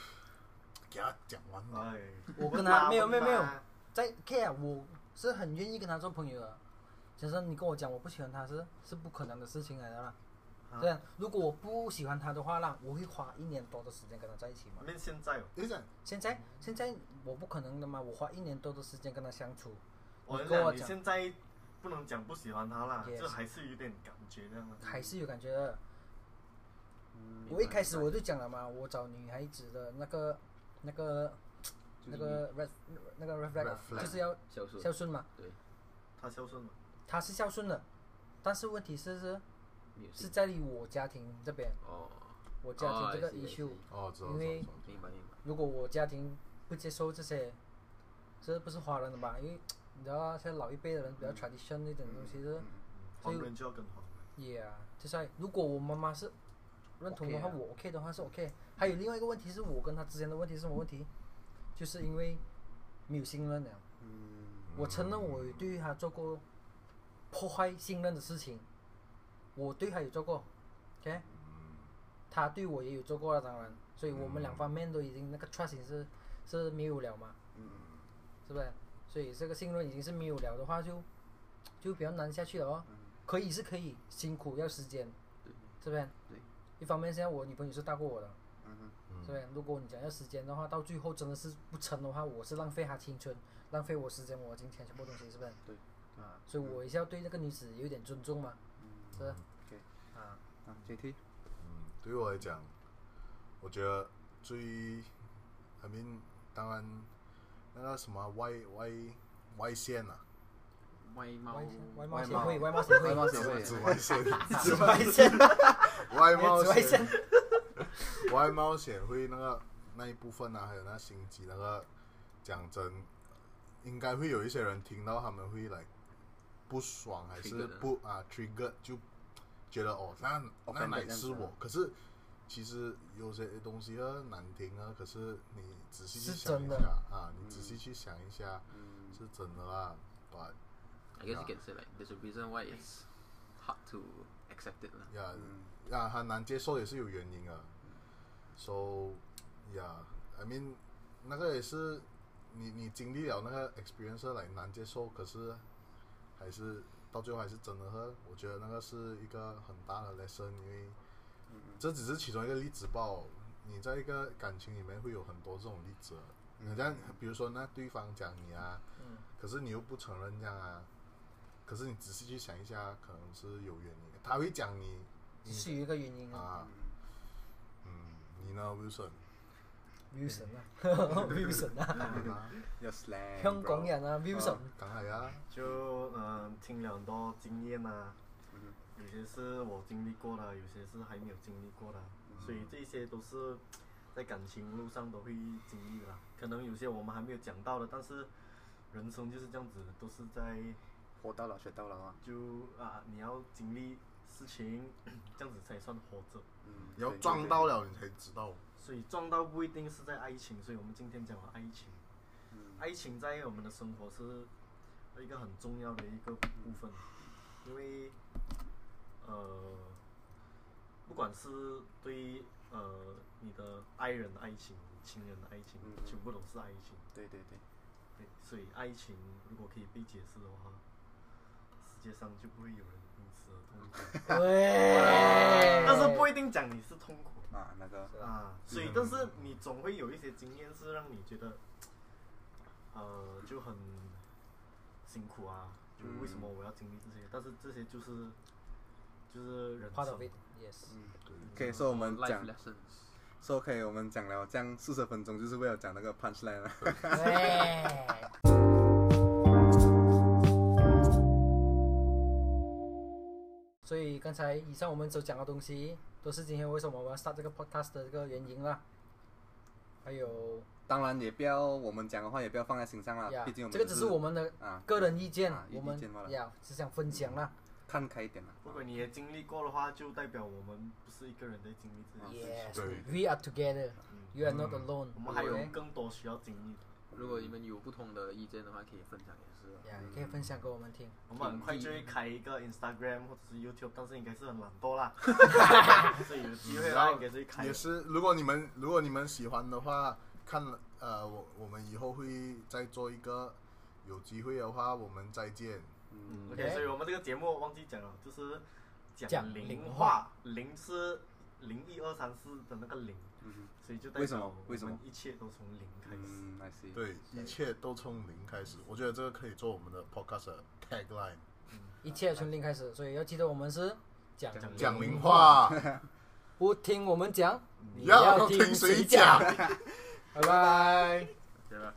Speaker 4: 给他讲完
Speaker 1: 啊
Speaker 4: 了，
Speaker 3: 哎，
Speaker 1: 我跟他没有
Speaker 3: 妈
Speaker 1: 没有没有
Speaker 3: 妈
Speaker 1: 在 care，我是很愿意跟他做朋友的。假设你跟我讲我不喜欢他是是不可能的事情来的啦。
Speaker 3: 啊
Speaker 1: 这样，如果我不喜欢他的话啦，我会花一年多的时间跟他在一起嘛。
Speaker 3: 面现在哦，
Speaker 4: 你讲
Speaker 1: 现在现在我不可能的嘛，我花一年多的时间跟他相处。
Speaker 3: 我
Speaker 1: 你跟我
Speaker 3: 讲你
Speaker 1: 讲
Speaker 3: 现在不能讲不喜欢他啦，
Speaker 1: Yes
Speaker 3: 啊就还是有点感觉这样的。
Speaker 1: 还是有感觉的。我一开始我就讲了嘛，我找女孩子的那个那个
Speaker 2: 就是
Speaker 1: 那个 red 那个 red flag 啊
Speaker 4: Red flag
Speaker 1: 就是要
Speaker 6: 孝顺
Speaker 1: 孝顺嘛，
Speaker 3: 他孝顺嘛，
Speaker 1: 他是孝顺的，但是问题是是
Speaker 6: 没有
Speaker 1: 是在于我家庭这边，
Speaker 6: 哦，
Speaker 1: 我家庭
Speaker 6: 哦
Speaker 1: 这个
Speaker 6: I see, I
Speaker 1: issue，、
Speaker 6: see
Speaker 4: 哦，知道
Speaker 1: 因
Speaker 4: 知道
Speaker 1: 为
Speaker 4: 知道知
Speaker 6: 明白明白，
Speaker 1: 如果我家庭不接受这些，这不是华人的吧？因为你知道啊现在老一辈的人比较 tradition 一点的东西是，所以
Speaker 3: 黄人就要跟黄人。
Speaker 1: 也、yeah, 就是如果我妈妈是认同的
Speaker 6: OK
Speaker 1: 话
Speaker 6: 啊
Speaker 1: 我 OK 的话是 OK。还有另外一个问题是我跟她之间的问题是什么问题？就是因为没有信任了。
Speaker 2: 嗯，
Speaker 1: 我承认我有对于她做过破坏信任的事情，我对她有做过，OK，她
Speaker 2: 嗯
Speaker 1: 对我也有做过了，当然，所以我们两方面都已经那个 trust 已经是是没有了嘛，
Speaker 2: 嗯
Speaker 1: 是不是？所以这个信任已经是没有了的话就，就比较难下去了哦。可以是可以，辛苦要时间，是不是？
Speaker 6: 嗯对。
Speaker 1: 一方面，现在我女朋友是大过我的，
Speaker 4: 嗯
Speaker 1: 是不是？如果你讲要时间的话，到最后真的是不成的话，我是浪费她青春，浪费我时间，我金钱，全部东西，是不是？
Speaker 6: 对。
Speaker 1: 啊，所以我也是要对这个女子有点尊重嘛，
Speaker 6: 嗯
Speaker 1: 是不是？
Speaker 2: OK
Speaker 1: 啊，
Speaker 2: 啊，JT，
Speaker 4: 嗯，对于我来讲，我觉得最，I mean，当然那个什么啊外外外线啊，
Speaker 6: 外貌
Speaker 1: 外外
Speaker 2: 外
Speaker 1: 貌协
Speaker 2: 貌
Speaker 1: 会，外貌协
Speaker 2: 外
Speaker 1: 会，
Speaker 2: 貌协会，
Speaker 4: 紫 外线，
Speaker 1: 紫外线，
Speaker 4: 外貌
Speaker 1: 哎紫外
Speaker 4: 线，
Speaker 1: 线，
Speaker 4: 外貌显会那个那一部分啊，还有那心机那个，讲真，应该会有一些人听到他们会来不爽，还是
Speaker 6: Triggered 啊
Speaker 4: 不啊 trigger 就觉得哦，那那
Speaker 2: Offended
Speaker 4: 乃
Speaker 2: 这样
Speaker 4: 是
Speaker 2: 子啊
Speaker 4: 我，可是。其实有些东西啊难听啊，可是你仔细去
Speaker 1: 是
Speaker 4: 想一
Speaker 1: 真
Speaker 4: 下
Speaker 1: 的
Speaker 4: 啊，你仔细去想一下，
Speaker 2: 嗯
Speaker 4: 是真的啊啦。But
Speaker 6: I guess you can say like there's a reason why it's hard to accept it 啦。
Speaker 4: 呀
Speaker 2: 嗯
Speaker 4: 呀，很难啊接受也是有原因啊。So 呀，I mean，那个也是你你经历了那个 experience 来难接受，可是还是到最后还是真的呵。我觉得那个是一个很大的 lesson，因为这只是其中一个例子吧。你在一个感情里面会有很多这种例子啊，你像比如说那对方讲你啊，
Speaker 1: 嗯
Speaker 4: 可是你又不承认这样啊。可是你仔细去想一下，可能是有原因的。他会讲你，你
Speaker 1: 是有一个原因啊
Speaker 4: 啊，嗯，你呢，Wilson？
Speaker 1: ，Wilson 啊，Wilson 啊，
Speaker 2: 要 slang，
Speaker 1: 香港人啊，Wilson，
Speaker 4: 梗係啊，
Speaker 3: 就嗯、呃听了很多经验啊，有些是我经历过的，有些是还没有经历过的，所以这些都是在感情路上都会经历的啦。可能有些我们还没有讲到的，但是人生就是这样子，都是在
Speaker 2: 活到老学到老啊，
Speaker 3: 就啊你要经历事情，这样子才算活着。
Speaker 2: 嗯，
Speaker 4: 有撞到了你才知道。
Speaker 3: 所以撞到不一定是在爱情，所以我们今天讲了爱情。爱情在我们的生活是一个很重要的一个部分，因为呃，不管是对呃你的爱人的爱情、亲人的爱情，全部都是爱情。
Speaker 2: 对对对，
Speaker 3: 对，所以爱情如果可以被解释的话，世界上就不会有人因此而痛苦。
Speaker 1: 喂，
Speaker 3: 但是不一定讲你是痛苦。
Speaker 2: 啊那个，
Speaker 3: 啊，所以但是你总会有一些经验是让你觉得，呃，就很辛苦啊，就为什么我要经历这些？但是这些就是就是人
Speaker 1: part of
Speaker 3: 生
Speaker 1: it，。yes。
Speaker 2: 可以说我们
Speaker 6: Life
Speaker 2: 讲，
Speaker 6: lesson，
Speaker 2: 说可以我们讲了这样四十分钟，就是为了 讲那个 punch line 啊。
Speaker 1: 对。所以刚才以上我们所讲的东西，都是今天为什么我们要 start 这个 podcast 的这个原因啦。还有
Speaker 2: 当然也不要我们讲的话也不要放在心上啦
Speaker 1: 呀，
Speaker 2: 啊毕竟我们
Speaker 1: 这个只是我们的
Speaker 2: 啊
Speaker 1: 个人意见，
Speaker 2: 啊意
Speaker 1: 我们
Speaker 2: 见罢了
Speaker 1: 呀只想分享啦。
Speaker 2: 看开一点啦。啊
Speaker 3: 如果你也经历过的话，就代表我们不是一个人在经历
Speaker 2: 嗯
Speaker 3: 这些，
Speaker 1: Yes,
Speaker 4: 对
Speaker 1: we are together. You are not alone.
Speaker 3: Mm. 我们还有更多需要经历的。
Speaker 6: 如果你们有不同的意见的话，可以分享也是啊。
Speaker 1: 呀，可以分享给我们听。
Speaker 3: 我们很快就会开一个 Instagram 或者是 YouTube，但是应该是很懒惰啦，所以有机会的话应该是会开的
Speaker 4: 也。是，如果你们如果你们喜欢的话，看了呃，我我们以后会再做一个，有机会的话我们再见。
Speaker 2: 嗯
Speaker 3: OK，所以我们这个节目忘记讲了，就是
Speaker 1: 讲
Speaker 3: 讲
Speaker 1: 零
Speaker 3: 零
Speaker 1: 话
Speaker 3: 话，零是零一二三四的那个零，所以就代
Speaker 2: 嗯为什
Speaker 3: 表
Speaker 2: 么为什
Speaker 3: 我们
Speaker 2: 么
Speaker 3: 一切都从零开始。
Speaker 2: 嗯，I see。
Speaker 4: 对，一切都从零开始。我觉得这个可以做我们的 podcast 的 tagline，
Speaker 1: 嗯一切从零开始，所以要记得我们是讲
Speaker 3: 讲
Speaker 4: 讲零话。
Speaker 1: 不听我们讲，你
Speaker 4: 要
Speaker 1: 听
Speaker 4: 听谁
Speaker 1: 讲？
Speaker 4: 讲？
Speaker 1: 拜拜。
Speaker 5: 对吧？